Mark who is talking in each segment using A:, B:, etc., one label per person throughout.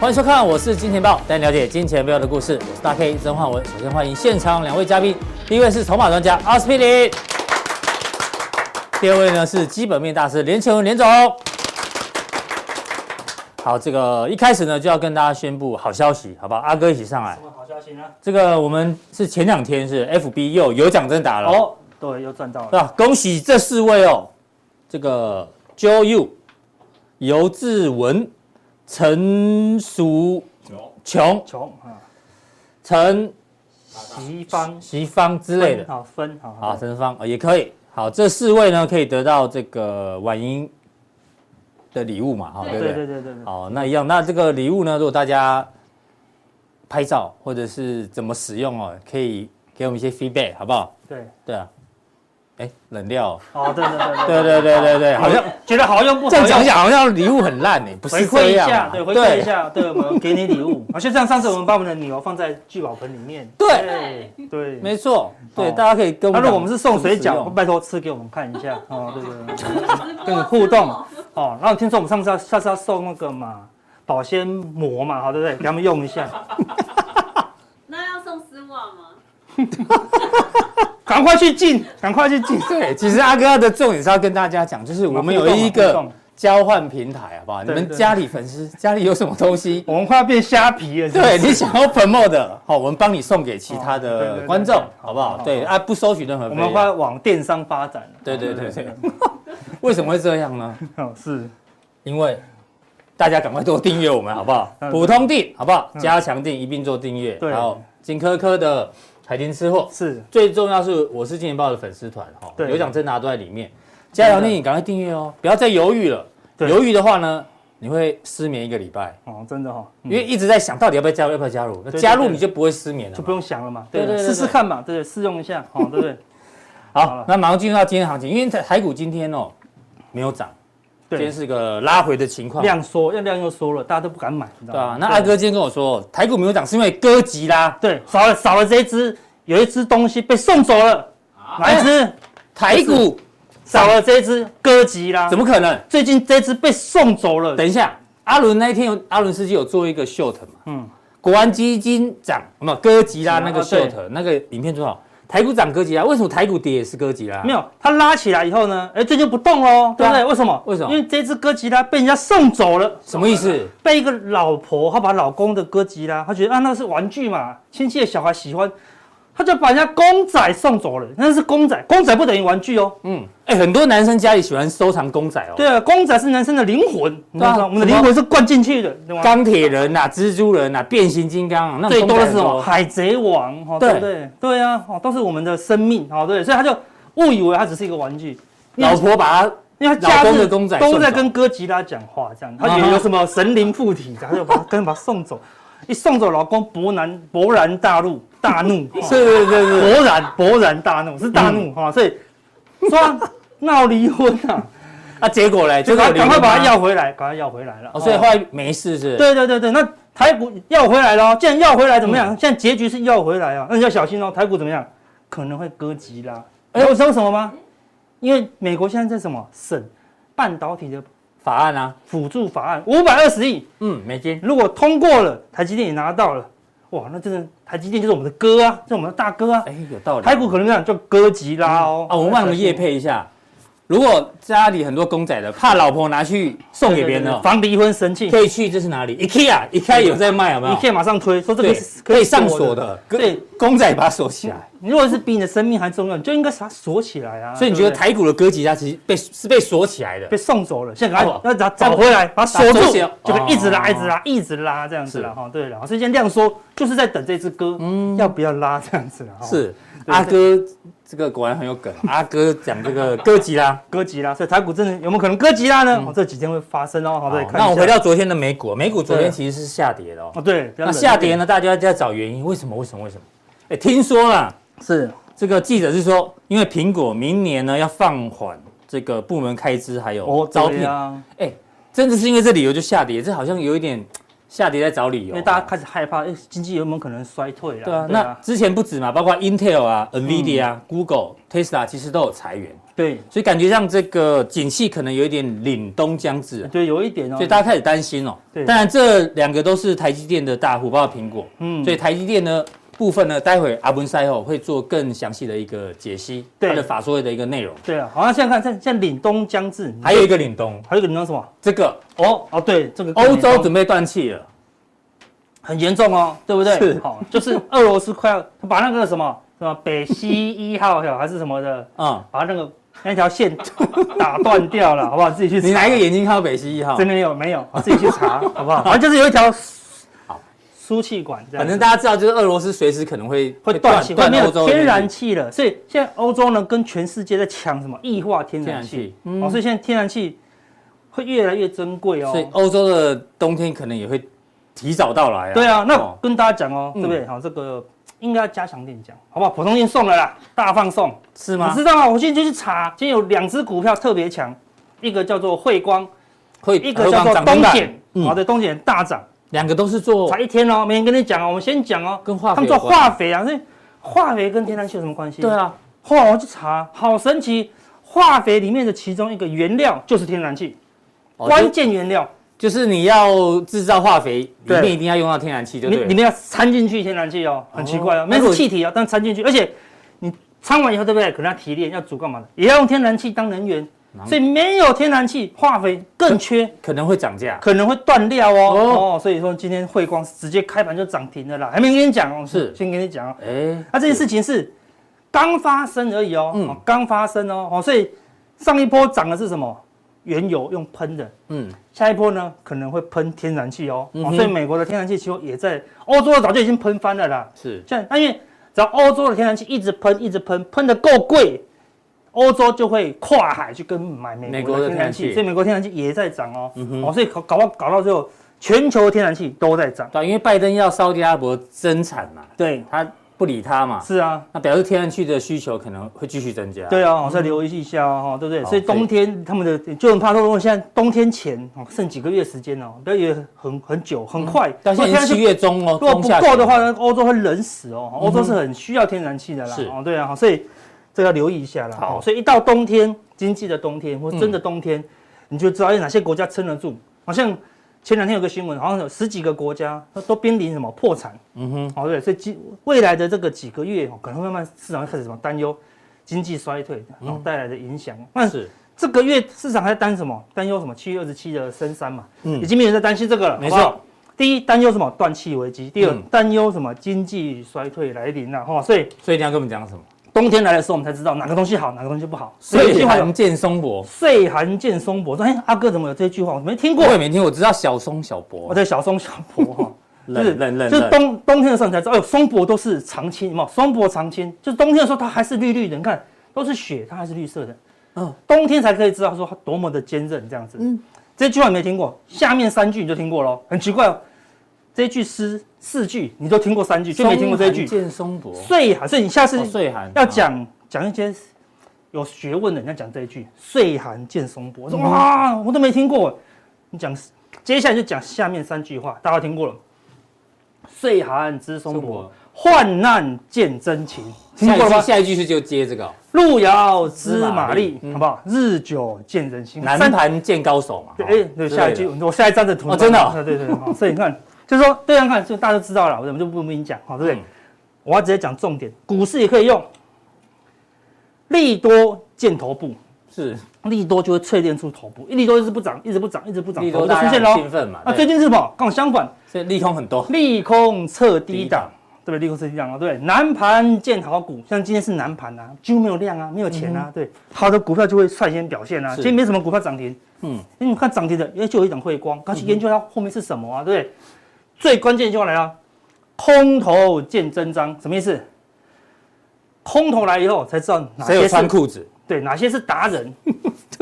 A: 欢迎收看，我是金钱豹，带你了解金钱背后的故事。我是大 K 曾焕文。首先欢迎现场两位嘉宾，第一位是筹码专家阿司匹林，第二位呢是基本面大师连前文连总。好，这个一开始呢就要跟大家宣布好消息，好不好？阿哥一起上来
B: 什。么好消息呢？
A: 这个我们是前两天是 FB 又有奖征答了，
B: 哦，对，又赚到
A: 是
B: 了。
A: 吧？啊恭喜这四位哦，这个 Joe Yu、游志文、陈淑琼、
B: 穷啊，
A: 陈
B: 席方
A: 席芳之类的
B: 好分好
A: 啊，
B: 好
A: 陈芳呃也可以。好，这四位呢可以得到这个婉莹的礼物嘛，哈，对
B: 对
A: 不
B: 对
A: 对？
B: 对对对对，
A: 好，那一样，那这个礼物呢，如果大家拍照或者是怎么使用哦，可以给我们一些 feedback，好不好？
B: 对，
A: 对啊，哎，冷料哦，
B: 哦，对对对
A: 对对对对对，好像
B: 觉得好 用不
A: 这
B: 好
A: 样讲
B: 用，
A: 讲好像礼物很烂哎，不
B: 回
A: 是
B: 馈
A: 这
B: 一
A: 样
B: 下，
A: 啊，
B: 对，回馈一下，对，我们给你礼 物。而且像上次我们把我们的牛放在聚宝盆里面，
A: 对
B: 对，
A: 没错，对，
B: 哦
A: 大家可以跟我
B: 那
A: 们
B: 如
A: 讲
B: 果我们是送水
A: 怎么使
B: 饺，
A: 用
B: 拜托吃给我们看一下哦，对对对，
C: 跟
B: 跟你互动哦。然后听说我们上次要下次要送那个嘛保鲜膜嘛，好对不对？给他们用一下，
C: 那要送丝袜吗？
B: 赶快去进，赶快去进。
A: 对，其实阿哥的重点是要跟大家讲，就是我们有一
B: 互
A: 个
B: 动
A: 交换平台，好不好？你
B: 对
A: 们
B: 对
A: 家里粉丝家里有什么东西，
B: 我们快要变虾皮了。是不
A: 对
B: 是
A: 你想要 promote 的，好，我们帮你送给其他
B: 哦对对
A: 的
B: 对
A: 观众
B: 对，
A: 好不好
B: 好？好
A: 对
B: 好
A: 啊，不收取任何
B: 我
A: 费
B: 们快
A: 用。
B: 要往电商发展了。
A: 对对对
B: 好
A: 对，为什么会这样呢？
B: 哦是
A: 因为大家赶快多订阅我们，好不好？
B: 嗯
A: 普通订好不好？
B: 嗯
A: 加强订一并做订阅，
B: 对
A: 然后金科科的海天吃货，
B: 是，
A: 最重要是我是金钱豹的粉丝团哈，
B: 对
A: 有奖征答都在里面，加油
B: 真
A: 你赶快订阅哦，不要再犹豫了。
B: 对
A: 犹豫的话呢，你会失眠一个礼拜，
B: 哦，真的哈，嗯
A: 因为一直在想到底要不要加入，要不要加入，那
B: 对对
A: 加入
B: 对
A: 你就不会失眠了
B: 就
A: 嘛。
B: 不用想了嘛，
A: 对
B: 对
A: 对对对
B: 试试看嘛，对对，试用一下，哦，对不对？好
A: 好
B: 了，
A: 那马上进入到今天行情，因为台台股今天哦没有涨，今天
B: 对，
A: 是个拉回的情况。
B: 量缩，量量又缩了，大家都不敢买，你知
A: 对
B: 道吗
A: 啊，？那阿哥今天跟我说，台股没有涨是因为哥吉拉，
B: 对少了少了这一只，有一只东西被送走了，
A: 啊
B: 哪一
A: 哎
B: 只？
A: 台股
B: 少了这一只哥吉拉，
A: 怎
B: 么
A: 么可能？
B: 最近这只被送走了？
A: 等一下，阿伦那一天有阿伦司机有做一个 short 嘛？
B: 嗯，
A: 国安基金涨，有没有哥吉拉那个
B: 是啊
A: short 那个影片多少？台股涨哥吉拉，为什么台股跌也是哥吉拉？
B: 没
A: 有，
B: 有，它拉起来以后呢，哎，最近不动喽，
A: 对
B: 对
A: 啊
B: 不对？为什么？
A: 为什么
B: 因为这只哥吉拉被人家送走了。
A: 什么意思？
B: 被一个老婆，她把老公的哥吉拉，她觉得啊那是玩具嘛，亲戚的小孩喜欢，她就把人家公仔送走了，那是公仔，公仔不等于玩具哦。
A: 嗯，哎、很多男生家里喜欢收藏公仔哦，
B: 对啊，公仔是男生的灵魂，你知道
A: 对啊啊
B: 吗？我们的灵魂是灌进去的，对吗？
A: 钢铁人呐、蜘蛛人呐、变形金刚、啊，那种
B: 最多的是什
A: 公仔
B: 么？
A: 很多
B: 海贼王，哦，
A: 对
B: 对不对？对啊，哦，都是我们的生命，哦，对，所以她就误以为它只是一个玩具。因为
A: 老婆把他
B: 因为他假
A: 老公
B: 日
A: 的公仔啊
B: 都在跟哥吉拉讲话，这样他以为有什么神灵附体，然后就把他跟把他送走，一送走老公勃然勃然大怒，大怒，哦
A: 是是是是
B: 勃然勃然大怒，是大怒哈，所以说他闹离婚 啊，
A: 啊，结果嘞，
B: 就
A: 结果
B: 赶赶快把他
A: 他
B: 要回来，赶快要回来了。
A: 哦，所以后来没事是不是？
B: 对对对对，那台股要回来了哦，既然要回来怎么样？
A: 嗯
B: 现在结局是要回来啊，那你要小心哦，台股怎么样？可能会哥吉拉。哎，我知道为什么吗？因为美国现在在什么审半导体的
A: 法案啊，
B: 辅助法案五百二十亿，
A: 嗯，没接，
B: 如果通过了，台积电也拿到了，哇，那真的台积电就是我们的哥啊，这是我们的大哥啊。
A: 哎、有道理。
B: 台股可能这样叫哥吉拉哦。
A: 啊，我们帮我们业配一下。如果家里很多公仔的，怕老婆拿去送给别人哦
B: 对对对
A: 了，
B: 防离婚神器，
A: 可以去这是哪里？IKEA IKEA 有在卖，有没有
B: 你？可以马上推，说这
A: 对
B: 个是
A: 可以上锁。的，对
B: 对，
A: 公仔把它锁起来。
B: 你如果是比你的生命还重要，你就应该把它锁起来啊。
A: 所以你觉得
B: 对不对
A: 台股的哥吉拉其实被是被锁起来的
B: 被？送走了，现在赶
A: 哦
B: 快要找找回来，把它锁
A: 把它
B: 住
A: 锁起来，
B: 就可以一直拉，
A: 哦
B: 一直拉，一直拉这样子了
A: 是嗯
B: 哈。对了，所以先这样说，就是在等这只歌要不要拉这样子哦了哈。
A: 是
B: 对
A: 阿哥这个果然很有 梗，阿哥讲这个哥吉拉。
B: 哥吉拉，所以台股真的有没有可能哥吉拉呢？哦，这几天会发生哦。好， 对，
A: 嗯好
B: 看一下
A: 那我回到昨天的美股，美股昨天
B: 对
A: 其实是下跌的哦。
B: 哦，对，比
A: 那
B: 较冷
A: 下跌呢，大家就在找原因，为什么？为什么？为什么？哎，听说啦，
B: 是
A: 这个记者是说，因为苹果明年呢要放缓这个部门开支还有
B: 哦，
A: 招聘
B: 对，啊，
A: 哎，真的是因为这理由就下跌，这好像有一点下跌在找理由，
B: 因为大家开始害怕，哎，经济有没有可能衰退啦？
A: 对啊，那之前不止嘛，包括 Intel 啊、NVIDIA
B: 嗯
A: 啊、Google、Tesla 其实都有裁员，
B: 对
A: 所以感觉让这个景气可能有一点凛冬将至啊、
B: 对，有一点哦，
A: 所以大家开始担心哦。
B: 对
A: 当然这两个都是台积电的大户，包括苹果。
B: 嗯
A: 所以台积电呢部分呢，待会阿文赛后会做更详细的一个解析，
B: 对
A: 它的法说会的一个内容。
B: 对啊，好像现在看，像像凛冬将至，
A: 还有一个凛冬，
B: 还有一个你知道什么？
A: 这个
B: 哦哦，对，这个
A: 欧
B: 更严
A: 洲
B: 重
A: 准备断气了，
B: 很严重哦，对不对？
A: 是
B: 好，就是俄罗斯快要他把那个什么什么北溪一号 还是什么的，
A: 嗯，
B: 把那个那条线打断 掉了，好不好？自己去查。
A: 你哪一个眼睛看到北溪一号
B: 真？的有没有？自己去查，好不好？反正就是有一条输气管这样
A: 反
B: 子，
A: 正大家知道，就是俄罗斯随时可能会
B: 会断气，会
A: 断
B: 没
A: 欧
B: 有
A: 洲的
B: 天
A: 电
B: 然
A: 力
B: 气了。所以现在欧洲呢，跟全世界在抢什么液化天
A: 天
B: 然
A: 然
B: 气
A: 气，。
B: 哦，所以现在天然气会越来越珍贵
A: 所以
B: 哦。
A: 欧洲的冬天可能也会提早到来啊。
B: 对啊，那
A: 哦
B: 跟大家讲哦，
A: 嗯
B: 对不对？好，这个应该要加强点讲，好不好？普通店送了啦，大放送。
A: 是
B: 我
A: 吗
B: 知？道啊，我今天就去查，今天有两只股票特别强，一个叫做汇光，
A: 会
B: 一个叫做东碱。
A: 嗯，
B: 好的，东碱大涨，
A: 两个都是做
B: 才一天哦。明天跟你讲哦，我们先讲哦，
A: 跟化
B: 他
A: 肥
B: 们
A: 有
B: 做
A: 关
B: 化肥啊，所以化肥跟天然气有什么关系？
A: 对，啊，
B: 后来我去查，好神奇，化肥里面的其中一个原料就是天然气，
A: 哦
B: 关
A: 就
B: 键原料，
A: 就是你要制造化肥，里
B: 对
A: 面一定要用到天然气，对
B: 你
A: 不
B: 里
A: 对？
B: 面要掺进去天然气哦，很奇怪
A: 哦
B: 哦，没
A: 那如
B: 有
A: 果
B: 气体啊，但掺进去，而且你掺完以后，对不对？可能要提炼，要煮干嘛的，也要用天然气当能源，所以没有天然气，化肥更缺。
A: 可能会涨 价。
B: 可能会断料
A: 哦
B: 哦。哦，所以说今天汇光直接开盘就涨停了啦，还没跟你讲哦，
A: 是
B: 先跟你讲哦。
A: 哎，
B: 那、这件事情是刚发生而已哦，
A: 嗯
B: 哦刚、发生哦，哦，所以上一波涨的是什么？原油用喷的，
A: 嗯，
B: 下一波呢可能会喷天然气哦,哦、
A: 嗯哼
B: 所以美国的天然气期货也在欧洲早就已经喷翻了啦。
A: 是
B: 像那因为只要欧洲的天然气一直喷，一直喷，喷的够贵。欧洲就会跨海去跟买美
A: 美
B: 国
A: 国的
B: 的
A: 天
B: 天然
A: 然
B: 气，
A: 气
B: 所以美国天然气也在涨哦。
A: 嗯哼
B: 哦，所以搞搞到搞到最后，全球天然气都在涨。
A: 对啊，因为拜登要沙特阿拉伯增产嘛，
B: 对，
A: 他不理他嘛，
B: 是啊，
A: 那表示天然气的需求可能会继续增加。
B: 对啊，我再留意一下哦，对不对？
A: 嗯好
B: 所以冬天他们的就很怕说，如果现在冬天前哦，剩几个月时间哦，不要以为很很久，很快。
A: 嗯但现
B: 如果
A: 在
B: 天然
A: 七
B: 气
A: 月中哦，
B: 如果
A: 中
B: 不
A: 下
B: 够的
A: 旬
B: 话，，呢，欧洲会冷死哦。欧
A: 嗯
B: 洲
A: 哼
B: 是很需要天然气的啦
A: 是。
B: 哦，对啊，好所以这个要留意一下啦。
A: 好嗯
B: 哦所以一到冬天，经济的冬天或真的冬天，你就知道哎哪些国家撑得住。好像前两天有个新闻，好像有十几个国家都濒临什么破产。
A: 嗯哼，
B: 哦，对，所以今未来的这个几个月，哦可能会慢慢市场会开始什么担忧经济衰退然后带来的影响。那
A: 嗯是
B: 这个月市场还在担什么？担忧什么？七月二十七的升三嘛，
A: 嗯
B: 已经没有人在担心这个了，
A: 没
B: 好不好
A: 错。
B: 第一，担忧什么？断气危机；第二
A: 嗯，
B: 担忧什么？经济衰退来临了、哈、所以
A: 所以你要跟我们讲什么？
B: 冬天来的时候，我们才知道哪个东西好，哪个东西不好。所以这
A: 岁
B: 句话
A: 寒
B: 有
A: 见松柏，
B: “岁寒见松柏”，说：“哎，阿哥怎么有这句话？我没听
A: 我
B: 过。
A: 也没听过，我知道小松小
B: 我
A: 柏，
B: 在小松小柏哈。就是
A: 冷冷冷，
B: 就是
A: 冷
B: 冬冬天的时候你才知道，哎呦，松柏都是常青，有没有？松柏常青，就是冬天的时候它还是绿绿的，你看都是雪，它还是绿色的。
A: 嗯
B: 嗯，冬天才可以知道说它多么的坚韧这样子。嗯，这句话你没听过，下面三句你就听过咯，很奇怪哦。这句诗四句你都听过三句，就没听过这
A: 松。
B: 句
A: 寒见松柏，
B: 岁寒，所以你下次
A: 哦岁寒
B: 要讲讲一些有学问的，你要讲这一句“岁寒见松柏”，我说
A: 嗯
B: 哇，我都没听过。你讲，接下来就讲下面三句话，大家都听过了。岁寒知松
A: 松
B: 柏
A: 柏，
B: 患难见真情，听
A: 下一
B: 过了
A: 句
B: 吗？
A: 下一句是就接这个哦
B: 路遥知马力
A: 知马力，
B: 好不好？日久见人心，
A: 南
B: 三
A: 盘见高手嘛。
B: 对，
A: 哦
B: 哎，对，下一句，我下一张的图啊
A: 哦真的哦
B: 对对对，好所以你看，就是说这样看，就大家都知道了，我怎么就不跟你讲，哦好，对不对
A: 嗯？
B: 我要直接讲重点，股市也可以用，利多见头部，
A: 是
B: 利多就会淬炼出头部，一利多一直不涨，一直不涨，一直不涨，
A: 利
B: 头
A: 多
B: 部就
A: 大
B: 出
A: 家
B: 现
A: 很
B: 喽
A: 兴。奋嘛，
B: 啊，
A: 对
B: 最近是什么？刚好相反，
A: 所以利空很多，
B: 利空测低
A: 哦低
B: 档
A: 档，
B: 对不对？利空测低档啊，对不对，南盘见好股，像今天是南盘啊，几乎没有量啊，没有钱啊，对，好的股票就会率先表现啊，
A: 嗯是
B: 今天没什么股票涨停。
A: 嗯，
B: 因为你看涨停的，因为就有一档汇光，他去研究它后面是什么啊，对不对？最关键就要来了，空头见真章，什么意思？空头来以后才知道哪
A: 谁有
B: 些
A: 穿
B: 是
A: 裤子？
B: 对，哪些是达 人，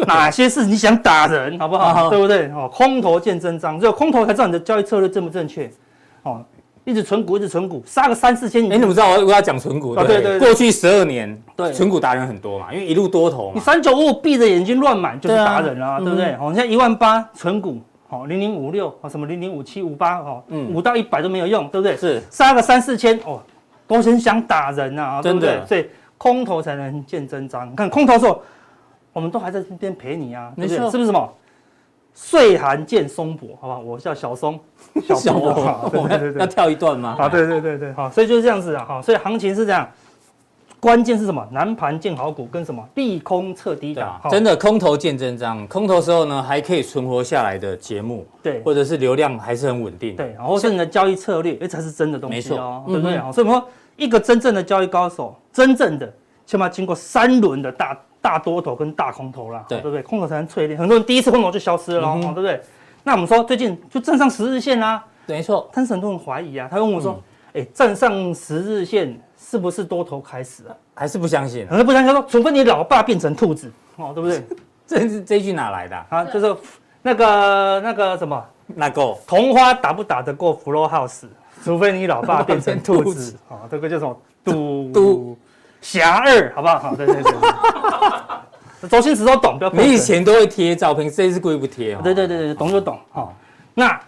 B: 哪些是你想打人，好不
A: 啊
B: 好？对不对？哦，空头见真章，只有空头才知道你的交易策略正不正确。哦，一直存股，一直存股，杀个三四千，
A: 哎，你怎么知道我我要讲纯股？
B: 啊
A: 对
B: 对对对
A: 过去十二年，
B: 对
A: 纯股达人很多嘛，因为一路多头
B: 你
A: 嘛。
B: 三九五闭着眼睛乱买就是达人啦、
A: 对啊
B: 对不对？好、现在一万八存股，好零零五六，哦好什么零零五七五八，好
A: 嗯
B: 五到一百都没有用，对不对？
A: 是
B: 杀个三四千，哦，都很想打人啊，对不
A: 真
B: 对
A: 的？
B: 所以空头才能见真章。你看空头的时候，我们都还在这边陪你啊，对不
A: 没错
B: 对？是不是什么？岁寒见松柏，好不好？我叫 小松，
A: 小
B: 柏
A: 博
B: 好，啊
A: 我
B: 对对对
A: 们要
B: 对，
A: 跳一段吗？
B: 啊，对对对对，好，所以就是这样子啊，好，所以行情是这样，关键是什么？南盘见好股跟什么利空彻底
A: 对
B: 打
A: 啊，，
B: 好
A: 真的空头见真章，空头时候呢还可以存活下来的节目，
B: 对
A: 或者是流量还是很稳定。
B: 对，然后是你的交易策略，哎，才是真的东
A: 没
B: 西
A: 错
B: 哦，
A: 嗯
B: 对不对？
A: 哼
B: 好，所以我们说一个真正的交易高手，真正的起码经过三轮的大大多头跟大空头啦，
A: 对
B: 对不对？空头才能淬炼，很多人第一次空头就消失了哦，
A: 嗯哼
B: 哦对不对？那我们说最近就站上十日线啦，
A: 对，没错，
B: 但是很多人怀疑啊，他问我
A: 嗯
B: 说，哎，站上十日线是不是多头开始啊？
A: 还是不相信啊。
B: 很多人不相信说，除非你老爸变成兔子哦，对 不对？
A: 这是这句哪来的啊？
B: 啊，就是那个那个什么，
A: 那 够
B: 同花打不打得过 Flow House？除非你 老爸变成兔
A: 变成兔
B: 子
A: 子，
B: 好、这个叫什么？赌
A: 赌
B: 侠二，好不好？好，哦对对对。周星驰都懂，不要碰
A: 你以
B: 瓷
A: 前都会贴照片，这次故意不贴哦。
B: 对对对对，懂就懂。哦好、那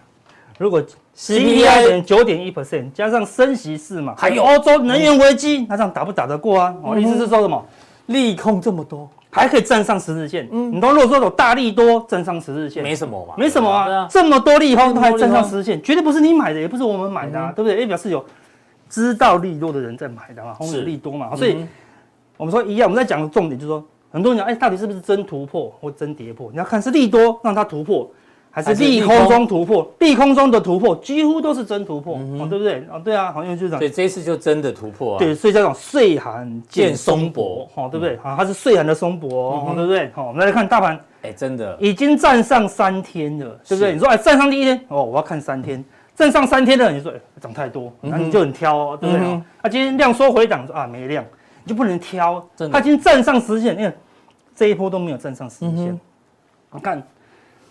B: 如果
A: CPI
B: CPI 等九点一 percent，加上升息四嘛，
A: 还
B: 还
A: 有
B: 有欧洲能源危机，那这样打不打得过啊？哦，意思是说什么？
A: 利空这么多，
B: 还可以站上十日线。嗯，你都如果说有大力多站上十日线，
A: 没什么嘛，
B: 没什么
A: 对
B: 啊，这么多利空都还站上实线，绝对不是你买的，也不是我们买的啊，对不对？也表示有知道利多的人在买的嘛，啊红有利多嘛，所以
A: 嗯
B: 我们说一样，我们在讲的重点就是说，很多人讲，哎，到底是不是真突破或真跌破？你要看是利多让它突破，还是
A: 还是利
B: 利
A: 空
B: 空中突破？利空中的突破几乎都是真突破，哦，对不对？哦，对啊，好像就是这
A: 所
B: 样。
A: 以这一次就真的突破啊。
B: 对，所以叫做岁寒
A: 见
B: 见
A: 松
B: 松
A: 柏
B: 柏，哦，对不对？好，它是岁寒的松柏哦，哦对不对？好，我们来看大盘。
A: 哎，真的，
B: 已经站上三天了，对不
A: 是嗯
B: 对？你说哎，站上第一天哦，我要看三天，站上三天了，你说哎涨太多，那你就很挑哦，对不对？
A: 嗯
B: 哦啊，今天量缩回档，说啊没量，你就不能挑
A: 真，的
B: 它已经站上十线，你看这一波都没有站上十
A: 嗯
B: 线
A: 哼，
B: 你看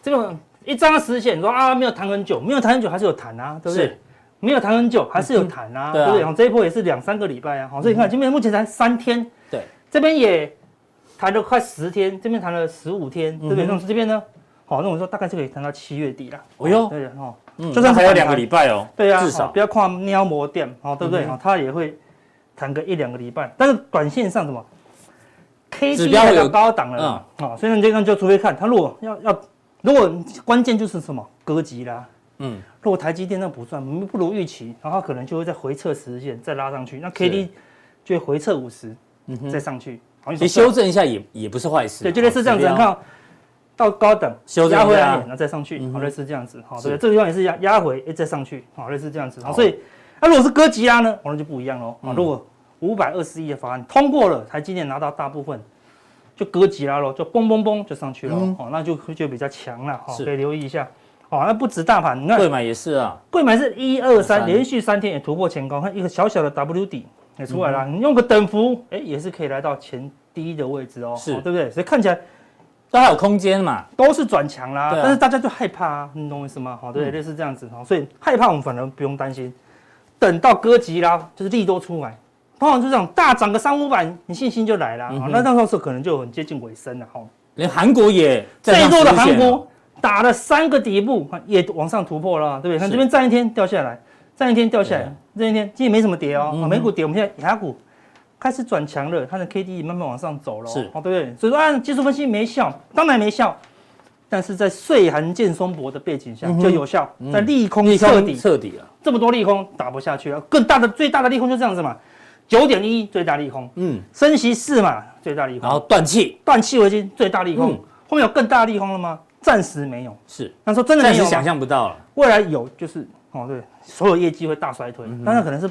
B: 这个一站上十线，你说啊没有弹很久，没有弹很久还是有弹啊，对不对
A: 是？
B: 没有弹很久还是有弹啊，
A: 对
B: 对
A: 啊嗯
B: 不对？哦这一波也是两三个礼拜啊，好，所以你看今天目前才三天，
A: 对，
B: 这边也谈了快十天，这边谈了十五天，对不
A: 嗯
B: 对？那我们这边呢，好，那我们说大概就可以谈到七月底了。
A: 哎呦
B: 对的哦，
A: 嗯
B: 就算是
A: 还有两个礼拜哦，
B: 对啊，
A: 至
B: 好
A: 少
B: 不要跨喵魔店，哦，对不对？
A: 嗯哼
B: 哦，它也会谈个一两个礼拜，但是短线上什么？K
A: 指
B: D
A: 标
B: 来
A: 有嗯
B: 到高档了啦，哦，所以你这样就除非看它如果要要，如果关键就是什么歌吉啦，
A: 嗯，
B: 如果台积电那不算，不如预期，然后它可能就会再回撤十日线，再拉上去，那 K D 就会回撤五十，再上去，好，
A: 嗯
B: 你
A: 其实修正一下也也不是坏事啊。
B: 对，就类似这样子，
A: 指
B: 你
A: 标
B: 看哦到高等
A: 修正一下
B: 压回来，然后再上去，
A: 嗯
B: 好，
A: 哼
B: 类似这样子，好，
A: 是
B: 对，这个地方也是压压回，哎，再上去，好，类似这样子，
A: 好
B: 好，所以那如果是哥吉拉呢，我们就不一样喽，啊，
A: 嗯
B: 如果五百二十亿的法案通过了，台积电拿到大部分。就哥吉拉咯，就嘣嘣嘣就上去了，
A: 嗯
B: 哦，那就就比较强了，哦，
A: 是
B: 可以留意一下，哦，那不止大盘，你看
A: 贵买也是啊，
B: 贵买是一二
A: 三
B: 三连续三天也突破前高，看一个小小的 W 底也出来了，
A: 嗯
B: 你用个等幅，哎，也是可以来到前低的位置哦，
A: 是
B: 哦对不对？所以看起来
A: 都还有空间嘛。
B: 都是转强啦，
A: 对啊嗯
B: 但是大家就害怕、啊，你懂我意思吗？好，对，类似这样子哦哈，所以害怕我们反而不用担心，等到哥吉拉就是利多出来，通常就这种大涨个三五百，你信心就来啦。
A: 嗯
B: 好
A: 哼
B: 那到时候可能就很接近尾声了哦哈。
A: 连韩国也
B: 最弱的
A: 站
B: 韩
A: 上十日线了
B: 国打了三个底部，也往上突破了，对不对？看
A: 是
B: 这边站一天掉下来，站一天掉下
A: 对
B: 来，站一天，今天没什么跌哦
A: 嗯，哼
B: 啊美股跌，我们现在雅股开始转强了，它的 K D 也慢慢往上走了，
A: 是
B: 哦，对不对？所以说啊，技术分析没效，当然没效，但是在岁寒见松柏的背景下
A: 嗯哼
B: 就有效，在利空
A: 利空
B: 彻底
A: 彻底了，
B: 这么多利空打不下去了，更大的最大的利空就这样子嘛，九点一最大利空，
A: 嗯，
B: 升息四嘛最大利空
A: 然，后断气
B: 断气为基最大利空，
A: 嗯
B: 后面有更大的利空了吗？暂时没有。
A: 是
B: 那说真的
A: 暂
B: 没
A: 时
B: 有啊
A: 想
B: 吗，
A: 象不到了，
B: 未来有就是哦，对，所有业绩会大衰退，当然可能是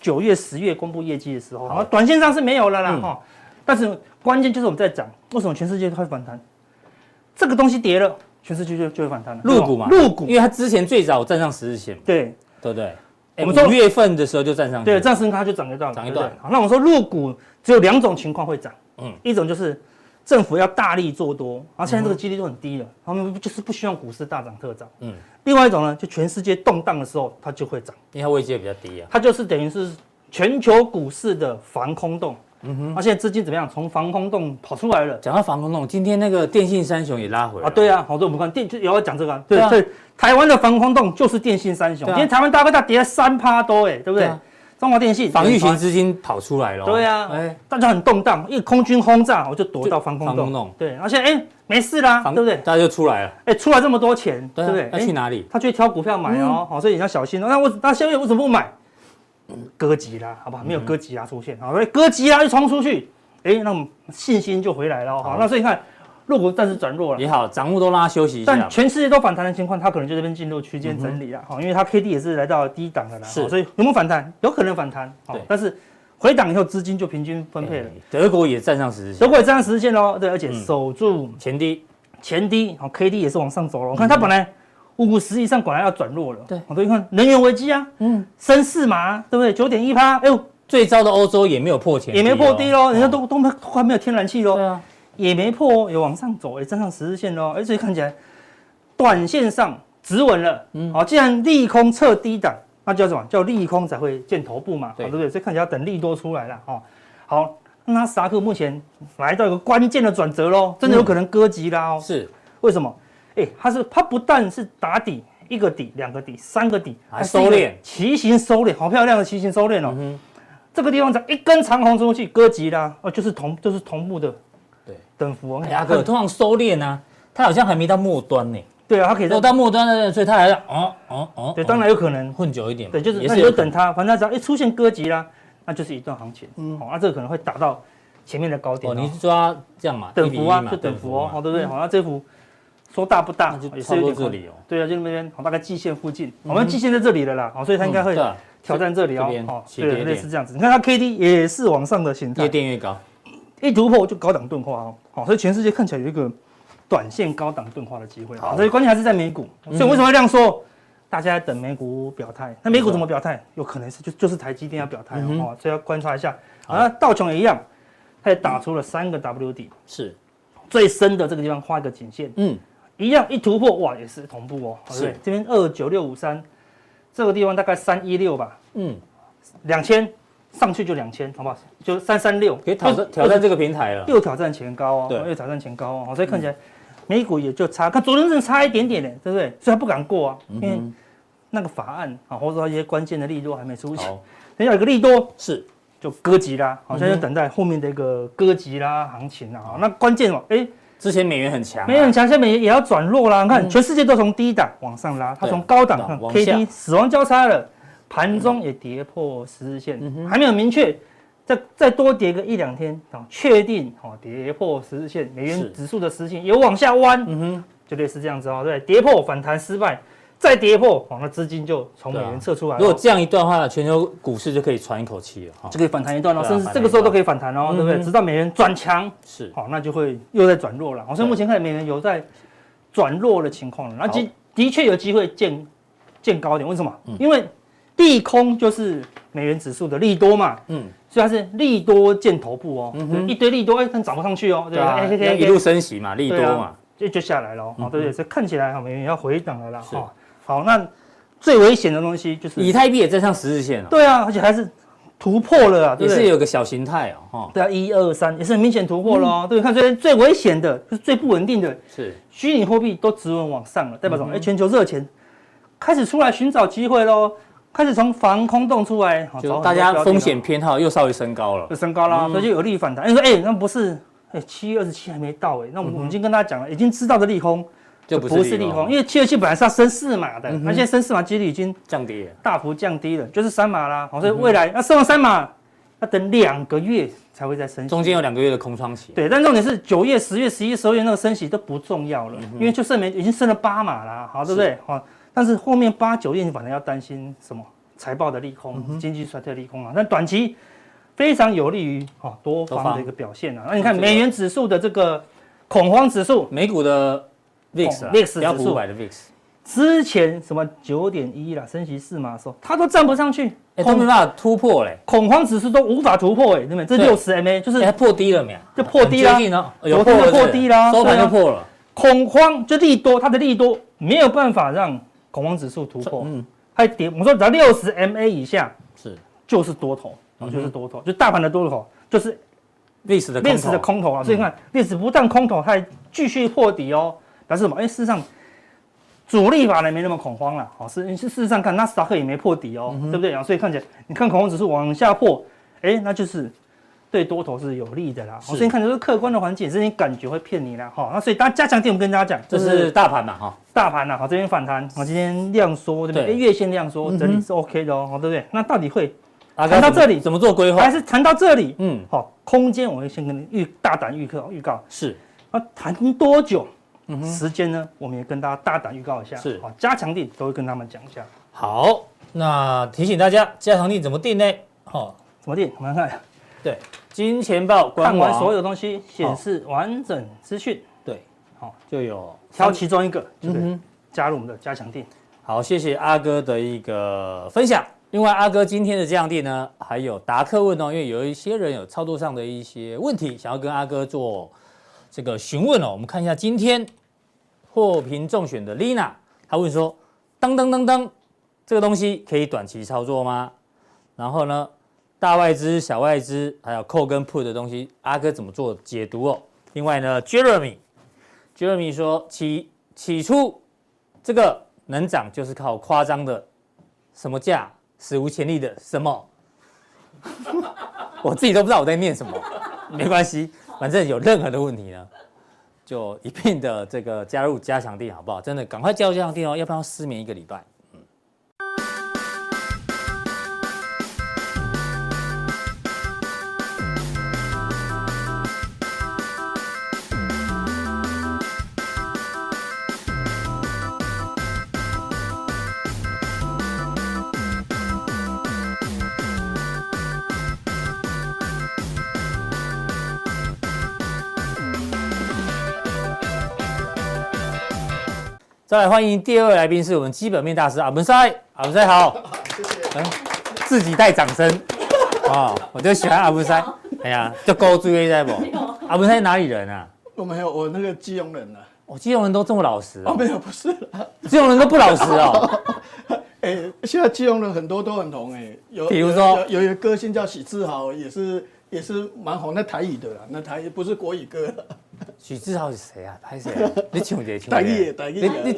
B: 九月、十月公布业绩的时候，
A: 嗯好
B: 好短线上是没有了啦
A: 嗯
B: 哈、但是关键就是我们在讲，为什么全世界都会反弹？这个东西跌了，全世界就就会反弹了。
A: 入股嘛，
B: 入股
A: 因，为它之前最早站上十日线嘛，
B: 对
A: 对不对？
B: 我
A: 我们
B: 们说
A: 哎五月份的时候就站上去，
B: 对，这样升它就涨一段了，
A: 涨一
B: 对不对
A: 段
B: 好，那我们说入股只有两种情况会涨，
A: 嗯
B: 嗯，一种就是政府要大力做多，然后现在这个几率就很低了，他们就是不希望股市大涨特涨。
A: 嗯，
B: 另外一种呢，就全世界动荡的时候，它就会涨，
A: 因为它位阶比较低啊。
B: 它就是等于是全球股市的防空洞。嗯哼，而现在资金怎么样？从防空洞跑出来了。
A: 讲到防空洞，今天那个电信三雄也拉回来
B: 啊，对啊，好多我们看电就也要讲这个、啊，
A: 对
B: 对
A: 啊
B: 对，台湾的防空洞就是电信三雄，
A: 对啊
B: 今天台湾大哥大跌了三趴多，哎，对不
A: 对
B: 对
A: 啊？
B: 中华电信
A: 防御型资金跑出来了。
B: 对啊
A: 哎，
B: 大家很动荡，一空军轰炸，我就躲到防空
A: 防空洞
B: 洞，对，然后现在哎没事啦，对不对？
A: 大家就出来了，
B: 哎，出来这么多钱，对
A: 对
B: 不
A: 啊
B: 对？
A: 那
B: 哎
A: 去哪嗯里？
B: 他去挑股票买哦，好，所以你要小心哦。那我那下面为什么不买？嗯哥吉拉，好不好？
A: 嗯
B: 没有哥吉拉出现，好，所以哥吉拉一冲出去，哎，那我们信心就回来了哦。
A: 好
B: 好，那所以你看，弱股暂时转弱了。
A: 也好，掌握都让它休息一
B: 但
A: 下。
B: 全世界都反弹的情况，它可能就这边进入区间整理了，好、因为它 K D 也是来到低档的啦，
A: 是
B: 好所以有没有反弹？有可能反弹，好
A: 对，
B: 但是回档以后资金就平均分配了
A: 哎。德国也站上十字
B: 德
A: 线，
B: 国也这样实现喽，对，而
A: 嗯
B: 且守住
A: 前低
B: 前低，好、K D 也是往上走了。我看它本来五十以上本来要转弱了，
A: 嗯对
B: 好，所以看能源危机啊，嗯，升四嘛，对不对？九点一趴，哎呦，
A: 最糟的欧洲也没有破前低哦，
B: 也没破低喽，人家
A: 哦
B: 都都没都快没有天然气喽
A: 对，啊，
B: 也没破哦，也往上走，也站上十日线喽，而且看起来短线上止稳了。嗯，好，既然利空测低档，那叫什么？叫利空才会见头部嘛，哦
A: 对
B: 好对不对？所以看起来要等利多出来了。哦，好，那纳斯达克目前来到一个关键的转折喽，真的有可能割级啦哦。
A: 是
B: 为什么？哎，它是它不但是打底。一个底，两个底，三个底，
A: 还
B: 是一个
A: 收敛嗯
B: 骑行收敛，好漂亮的骑行收敛哦。这个地方只要一根长红出去，割级啦，哦，就是同就是同步的
A: 对。哎
B: 等幅哦。
A: 雅克通常收敛啊，它好像还没到末端呢。
B: 对啊，它可以
A: 如果
B: 在
A: 到末端了，所以它还要哦哦哦，
B: 对，
A: 哦
B: 当然有可能，
A: 混久一点嘛，
B: 对，就是
A: 也
B: 那你就等
A: 有
B: 它，反正只要一出现割级啦，那就是一段行情。嗯，好，那这个可能会打到前面的高
A: 可能
B: 点
A: 哦，
B: 哦，
A: 你是抓这样嘛，
B: 等幅啊
A: 1:1，嘛
B: 就等幅哦，好，
A: 嘛
B: 对不对？好，那这幅说大不大
A: 那就，
B: 也
A: 差
B: 是
A: 不
B: 有
A: 多这
B: 点宽
A: 里哦。
B: 对啊，就那边，好，大概季线附近，我们季线在这里了啦，好，哦所以它应该
A: 嗯
B: 会
A: 对啊
B: 挑战这里
A: 这
B: 哦
A: 边，
B: 好，
A: 起跌
B: 对，
A: 点
B: 类似这样子。你看它 K D 也是往上的形
A: 越
B: 态，
A: 垫越高，
B: 一突破就高档钝化哦，好，所以全世界看起来有一个短线高档钝化的机会，
A: 好嗯
B: 好，所以关键还是在美股，所以为什么会这样说？大家在等美股表态，那美股怎么表态？有可能是就就是台积电要表态哦
A: 嗯哼
B: 哦，所以要观察一下。
A: 好
B: 啊，道琼也一样，它也打出了三个 W 底，
A: 是，
B: 最深的这个地方画一个颈线，
A: 嗯，
B: 一样一突破哇，也是同步哦，
A: 是
B: 对不对，这边二九六五三，这个地方大概三一六吧，
A: 嗯，
B: 两千上去就两千，好不好？就三三六，
A: 可以挑战挑战这个平台了，
B: 又挑战前高哦，
A: 对
B: 又挑战前高哦，所以看起来美股也就差，看昨天真的差一点点呢，对不对？所以他不敢过啊，
A: 嗯
B: 因为那个法案啊，或者说一些关键的利多还没出现，
A: 好，嗯
B: 等下有个利多
A: 是
B: 就割级啦，好像要等待后面的一个割级啦行情啦。好那关键哦，哎，
A: 之前美元很强啊，
B: 美元强，下面也也要转弱啦。你看全世界都从低档往上拉，它
A: 对
B: 从高档
A: 往
B: 看
A: 往
B: K
A: 下
B: D 死亡交叉了，盘中也跌破十日线，还没有明确。再再多跌个一两天，哦，确定哦，跌破十日线，美
A: 是
B: 元指数的十日线也往下弯，
A: 嗯哼，
B: 就类似这样子哦，对，跌破反弹失败，再跌破，哦，那资金就从美
A: 对啊
B: 元撤出来了。
A: 如果这样一段话，全球股市就可以喘一口气了哈
B: 就，可以反弹一段了，
A: 对啊
B: 甚至这个时候都可以反弹哦，对不
A: 嗯哼
B: 对？直到美元转强，
A: 是
B: 好，那就会又在转弱了。好，所以目前看美元有在转弱的情况了，那的的确有机会见见高点。为什么？
A: 嗯
B: 因为利空就是美元指数的利多嘛，
A: 嗯，
B: 所以它是利多见头部哦，
A: 嗯
B: 嗯、
A: 哼
B: 一堆利多，哎、它涨不上去哦，对
A: 对
B: 吧？
A: 啊，
B: 哎嘿
A: 要
B: 嘿
A: 一
B: 嘿
A: 路升息嘛，利多
B: 对
A: 嘛
B: 啊，就就下来了哦，好对不对？所以看起来好美元要回档了啦。
A: 是
B: 哦，好，那最危险的东西就是
A: 以太币也站上十日线了，
B: 对啊，而且还是突破了啊，对
A: 也
B: 不对
A: 是有个小形态哦，哈，
B: 对啊，一二三也是很明显突破
A: 嗯
B: 了哦。对，看最最危险的，就是最不稳定的
A: 是
B: 虚拟货币都直稳往上
A: 嗯
B: 了，代表什么？哎、全球热钱开始出来寻找机会喽，开始从防空洞出来，好
A: 就大家风险
B: 找很多标的
A: 偏好又稍微升高了
B: 咯就，升高啦，
A: 嗯
B: 所以就有利反弹。哎、你说哎、那不是哎七月二十七还没到哎、那
A: 嗯
B: 我们我们已经跟大家讲了，已经知道的利空
A: 就
B: 不是利空，因为七月七本来是要升四码的，
A: 嗯哼
B: 那、现在升四码几率已经
A: 降低了，
B: 大幅降低了，就是三码啦。好，哦
A: 嗯
B: 所以未来那升完三码，要等两个月才会再升息。
A: 中间有两个月的空窗期，
B: 对，但重点是九月、十月、十一、十二月那个升息都不重要
A: 嗯
B: 了，因为就剩没已经升了八码啦，好，对不对？好，但是后面八九月你反而要担心什么？财报的利
A: 嗯
B: 空、经济衰退的利空啊，但短期非常有利于哦多
A: 多
B: 方
A: 方
B: 的一个表现啊。那你看
A: 这个
B: 美元指数的这个恐慌指数，
A: 美股的 VIX 啊
B: 哦，VIX 指数
A: 标普五百的 VIX
B: 之前什么九点一啦，升息四码的时候，它都站不上去，
A: 哎都没办法突破嘞，
B: 恐慌指数都无法突破哎、对不对？这
A: 对
B: 六十 MA 就
A: 哎它
B: 是
A: 破低了没有？
B: 就破低啦
A: 很接近哦有
B: 昨
A: 破
B: 天
A: 了是
B: 就
A: 不是
B: 破低啦
A: 收盘
B: 对
A: 就
B: 啊
A: 破了，
B: 恐慌，就利多，它的利多没有办法让恐慌指数突破，
A: 嗯，
B: 还跌。我们说只要六十 MA 以下
A: 是
B: 就是多头，
A: 嗯哼
B: 就是多头，就大盘的多头，就是
A: 历史的空
B: 历史
A: 头
B: 的空头啊。所以你看，历史不但空头，它还继续破底哦，表示什么？哎，事实上。主力法人没那么恐慌了，好是是事实上看纳斯达克也没破底
A: 嗯
B: 哦，对不对？然后所以看起来，你看恐慌指数往下破，哎，那就是对多头是有利的啦。好哦
A: 是
B: 所以你看就是客观的环境，只是你感觉会骗你啦。哈，那所以大家加强点，我们跟大家讲，
A: 这是大盘嘛哈，
B: 大盘啊呐，好，这边反弹，好，今天量缩，对不对？
A: 对
B: 诶月线量缩，
A: 嗯哼
B: 整理是 OK 的哦，好，对不对？那到底会
A: 啊
B: 谈
A: 该怎么
B: 到这里
A: 怎么做规划
B: 还？是谈到这里？
A: 嗯，
B: 好，空间我会先跟你预大胆预告预告，
A: 是
B: 那谈多久？时间呢？我们也跟大家大胆预告一下，
A: 是
B: 好，加强力都会跟他们讲一下。
A: 好，那提醒大家加强力怎么定呢？哦，
B: 怎么定？我们看，
A: 对，金钱豹
B: 看
A: 官
B: 完
A: 网
B: 所有东西，显示完整资讯，
A: 对，
B: 好
A: 就有
B: 挑其中一个，对不对？
A: 嗯哼
B: 加入我们的加强定。
A: 好，谢谢阿哥的一个分享。另外，阿哥今天的降低呢，还有达克问哦，因为有一些人有操作上的一些问题，想要跟阿哥做这个询问哦。我们看一下今天获评中选的 Lina，她问说：当当当当，这个东西可以短期操作吗？然后呢，大外资、小外资，还有扣跟 put 的东西，阿哥怎么做解读哦？另外呢，Jeremy，Jeremy 说起起初这个能涨就是靠夸张的什么价，史无前例的什么， 我自己都不知道我在念什么，没关系，反正有任何的问题呢，就一并的这个加入加强地好不好？真的赶快加入加强地哦，要不然要失眠一个礼拜。再来欢迎第二位来宾是我们基本面大师阿文塞，阿文塞好，谢谢，自己带掌声，啊、我就喜欢阿文塞，哎呀，就勾注意在不？
C: 哦
A: 阿文塞哪里人啊？
D: 我没有，我那个基隆 人啊，
A: 哦，基隆人都这么老实
D: 哦，
A: 哦，
D: 没有，不是啦。
A: 基隆人都不老实哦。
D: 哎、现在基隆人很多都很红哎、有
A: 比如说
D: 有有有一个歌星叫许志豪，也是也是蛮红，那台语的啦，那台语不是国语歌啦，
A: 许志豪是谁啊？拍谁啊？你抢劫抢
D: 台语
A: 劫
D: 的！台
A: 你
D: 语的，
A: 你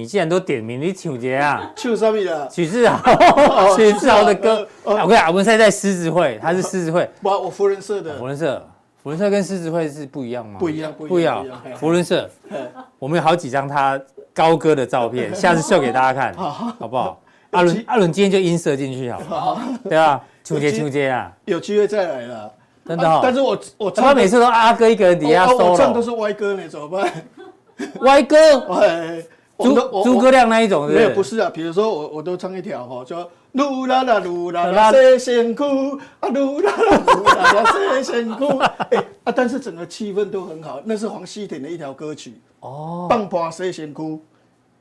A: 你既然都点名，你抢劫啊？
D: 唱什么啦？
A: 许志豪，
D: 哦
A: 许志豪的歌，
D: 呃呃
A: 我跟你讲，阿文塞在狮子会，他是狮子会，
D: 我我福仁社的
A: 福，伦社，福伦社跟狮子会是不一样吗？
D: 不一样
A: 不
D: 不
A: 一
D: 一样
A: 样
D: 不一。样
A: 福伦社，我们有好几张他高歌的照片，下次秀给大家看，好不好？阿伦
D: 哦其
A: 阿伦今天就音色进去好了，对啊吧？抢劫
D: 其
A: 抢劫啊！
D: 啊有机会再来啦。
A: 真的
D: 啊
A: 哦，
D: 但是我我哦
A: 他每次都阿哥一个人底下
D: 我我唱都
A: solo，
D: 是歪歌呢，怎么办？
A: 歪哥，
D: 哎，我都
A: 诸
D: 我
A: 诸葛亮那一种，
D: 没有，不
A: 是
D: 是啊，比如说我我都唱一条哈，叫噜啦啦噜啦
A: 啦啦
D: 啦谁辛苦啊，噜啦啦噜啦啦谁辛 苦，哎啊，但是整个气氛都很好，那是黄西田的一条歌曲哦，棒棒谁辛苦。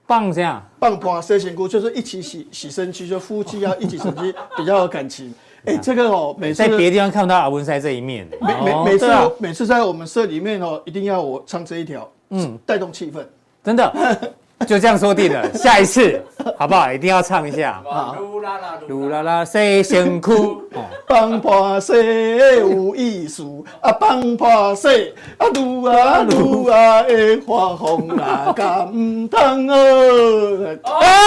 A: 棒这样，
D: 棒棒谁辛苦，就是一起洗洗身躯，就夫妻要一起洗身躯比较有感情。 哎、这个哦，每次
A: 在别的地方看不到阿文塞这一面，
D: 每
A: 哦
D: 每每次、
A: 对啊
D: 我每次在我们社里面哦，一定要我唱这一条，嗯，带动气氛。
A: 真 的就这样说定了，下一次好不好？一定要唱一下，
D: 啊
E: 噜啦啦
A: 噜啦啦，谁先 哭？哦
D: 放破西有意思，啊放破西啊 愈啊愈啊会发疯啦，啊敢唔通哦？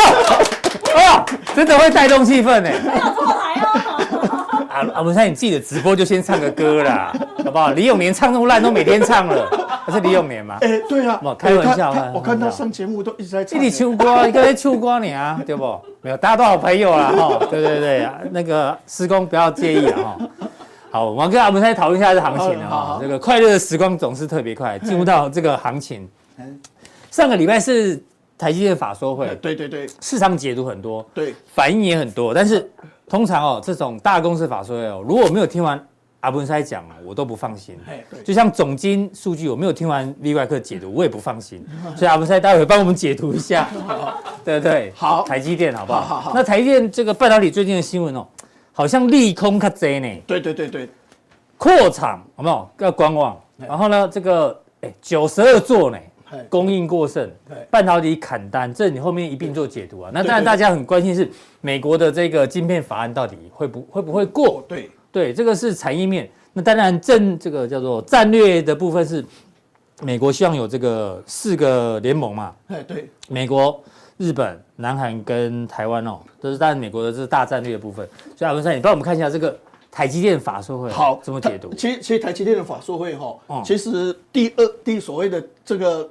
A: 哦，真的会带动气氛呢。
C: 没有错台哦。
A: 阿阿文山，你自己的直播就先唱个歌啦，好不好？李永年唱那么烂，都每天唱了，还是李永年吗？
D: 哎、对啊
A: 哇，开玩笑开玩
D: 哎他他
A: 笑
D: 我看他上节目都一直在
A: 这
D: 唱、
A: 里秋瓜，一个在秋瓜你 啊，对不？没有，大家都好朋友啦，哈、对对对，啊那个施工不要介意啊，哈、好，我们要跟阿文山讨论一下这行情了啊
D: 好好
A: 哈、
D: 好
A: 这个快乐的时光总是特别快，进入到这个行情
D: 嗯。
A: 上个礼拜是台积电法说
D: 哎
A: 会，
D: 对对对
A: 市场解读很多，
D: 对，
A: 反应也很多，但是通常哦，这种大公司法说会哦，如果我没有听完阿文塞讲啊，我都不放心。
D: 哎对，
A: 就像总经数据，我没有听完 V 外课解读，我也不放心。 所以阿文塞待会帮我们解读 一下，对不对？
D: 好
A: 台积电好不好？
D: 好好好
A: 那台积电这个半导体最近的新闻哦，好像利空较多呢，
D: 对对对对，
A: 扩厂有没有要观望？然后呢，这个哎九十二座呢，
D: 嘿
A: 供应过剩
D: 对，
A: 半导体砍单，这你后面一并做解读啊。那当然，
D: 对对对
A: 大家很关心是美国的这个晶片法案到底会不会不会过
D: 哦？对，
A: 对，这个是产业面。那当然政这个叫做战略的部分是美国希望有这个四个联盟嘛，
D: 哎对，
A: 美国、日本、南韩跟台湾哦，都是当然美国的这是大战略的部分。所以阿文山，你帮我们看一下这个台积电法说会
D: 好，
A: 怎么解读
D: 它？其实其实台积电的法说会哈、
A: 嗯
D: 其实第二第所谓的这个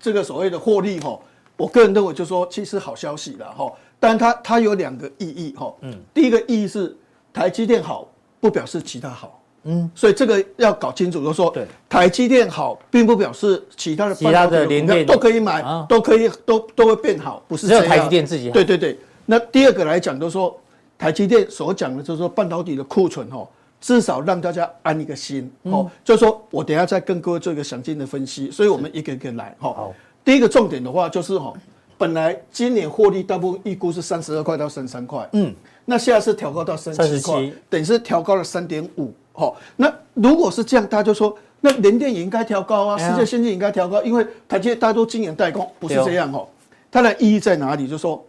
D: 这个所谓的获利哈、我个人认为就说其实好消息了哈、但它它有两个意义哈、嗯，第一个意义是台积电好，不表示其他好。嗯，所以这个要搞清楚，就是说
A: 对
D: 台积电好，并不表示其他的
A: 其他的
D: 半导体股票
A: 联电
D: 都可以买，
A: 啊
D: 都可以都都会变好，不是
A: 只有
D: 这样
A: 台积电自己好
D: 对对对，那第二个来讲，就是说台积电所讲的，就是说半导体的库存哦，至少让大家安一个心哦。就是说我等一下再跟各位做一个详尽的分析，所以我们一个一个来
A: 好
D: 哈。第一个重点的话就是哈，本来今年获利大部分预估是三十二块到三十三块，嗯，那现在是调高到三十块
A: 37，
D: 等于是调高了三点五。哦，那如果是这样，大家就说那联电也应该调高啊，
A: 哎呀
D: 世界先进也应该调高，因为台积电大家都晶圆代工，不是
A: 对哦
D: 这样哦。它的意义在哪里？就是说，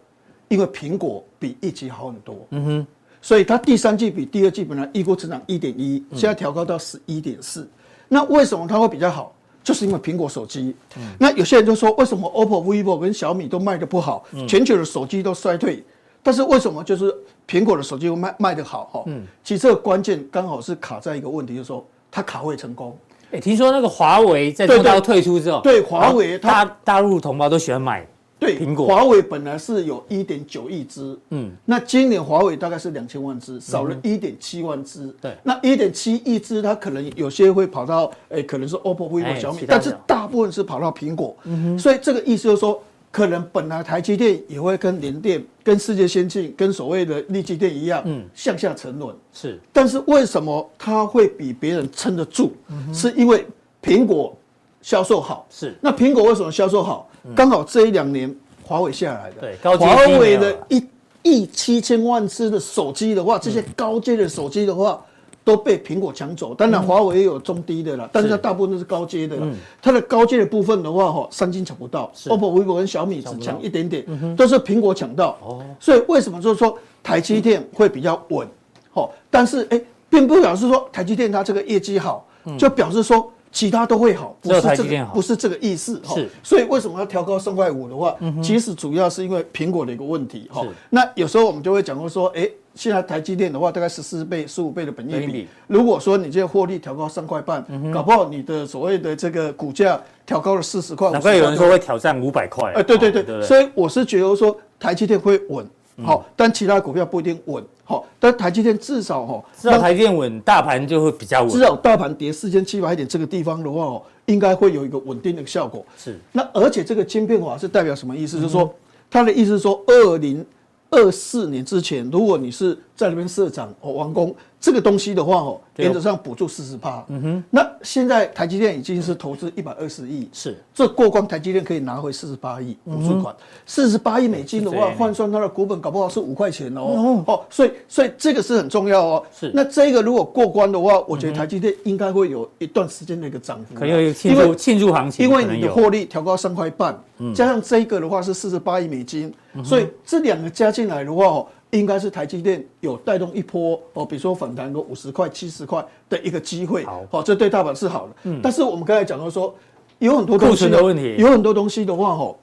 D: 因为苹果比一级好很多，嗯哼，所以它第三季比第二季本来预估成长一点一，现在调高到十一点四。那为什么它会比较好？就是因为苹果手机。那有些人就说，为什么 OPPO、vivo 跟小米都卖得不好，全球的手机都衰退？但是为什么就是苹果的手机会卖卖得好？哈，其实这个关键刚好是卡在一个问题，就是说它卡位成功。
A: 哎，听说那个华为在中
D: 对
A: 国
D: 对
A: 退出之后，
D: 对华为
A: 大
D: 它
A: 大陆同胞都喜欢买，
D: 对，
A: 苹果
D: 华为本来是有一点九亿只，
A: 嗯
D: 嗯，那今年华为大概是两千万只，少了一点七万只。
A: 对
D: 那一点七亿只，它可能有些会跑到，诶、可能是 OPPO、
A: 哎
D: vivo、小米
A: 其，他的嗯
D: 但是大部分是跑到苹果。所以这个意思就是说，可能本来台积电也会跟联电、跟世界先进、跟所谓的力积电一样，
A: 嗯
D: 向下沉沦。
A: 是
D: 但是为什么它会比别人撑得住？是因为苹果销售好。
A: 嗯是嗯
D: 那苹果为什么销售好？刚好这一两年华为下来的。
A: 对高阶
D: 华
A: 机没
D: 为
A: 有
D: 的
A: 了
D: 一亿七千万只的手机的话，这些高阶的手机的话。都被苹果抢走，当然华为也有中低的了，但是它大部分都是高阶的了。
A: 嗯
D: 它的高阶的部分的话，哈，三星抢不到，OPPO、vivo 跟小米只
A: 不到嗯哦
D: 抢一点点，都是苹果抢到。所以为什么就是说台积电会比较稳？哦，但是哎，并不表示说台积电它这个业绩好，就表示说其他都会好，不
A: 嗯只有
D: 是
A: 台积
D: 这
A: 电
D: 个
A: 好
D: 不是这个意思哈
A: 是。
D: 所以为什么要调高三块五的话，其实主要是因为苹果的一个问题哈
A: 是。
D: 那有时候我们就会讲过说，哎，现在台积电的话大概十四倍、十五倍的本益
A: 本益比嗯
D: 比，如果说你这个获利调高三块半，搞不好你的所谓的这个股价调高了四十块，
A: 难怪有人
D: 50块
A: 说会挑战五百块。
D: 啊呃，对对
A: 哦
D: 对，
A: 不
D: 所以我是觉得说台积电会稳，好、但其他股票不一定稳，好、但台积电至少哈、哦，
A: 至少台积电稳，大盘就会比较
D: 至
A: 稳。
D: 少大盘跌四千七百点这个地方的话哦，应该会有一个稳定的效果。
A: 是
D: 那而且这个晶片法是代表什么意
A: 嗯
D: 思？就是说，它的意思是说，二零二四年之前，如果你是在那边设厂哦完工这个东西的话哦，
A: 对哦
D: 原则上补助四十趴。嗯哼。那现在台积电已经是投资一百二十亿，
A: 是
D: 这过光台积电可以拿回四十八亿补助款，四十八亿美金的
A: 嗯是这
D: 话，
A: 样嗯
D: 换算它的股本搞不好是五块钱哦。哦，所以所以这个是很重要哦。
A: 是嗯
D: 那这个如果过关的话，我觉得台积电应该会有一段时间的一个涨幅啊，
A: 可能有庆
D: 因为
A: 祝庆祝行情，
D: 因为
A: 可能
D: 你的
A: 有嗯
D: 获利调高三块半，加上这一个的话是四十八亿美金，所以这两个加进来的话哦，应该是台积电有带动一波哦，比如说反弹个五十块、七十块的一个机会
A: 好，嗯
D: 哦，这对大盘是好的。但是我们刚才讲到说，有很多东
A: 库
D: 西
A: 存的问题
D: 有很多东西的话哦，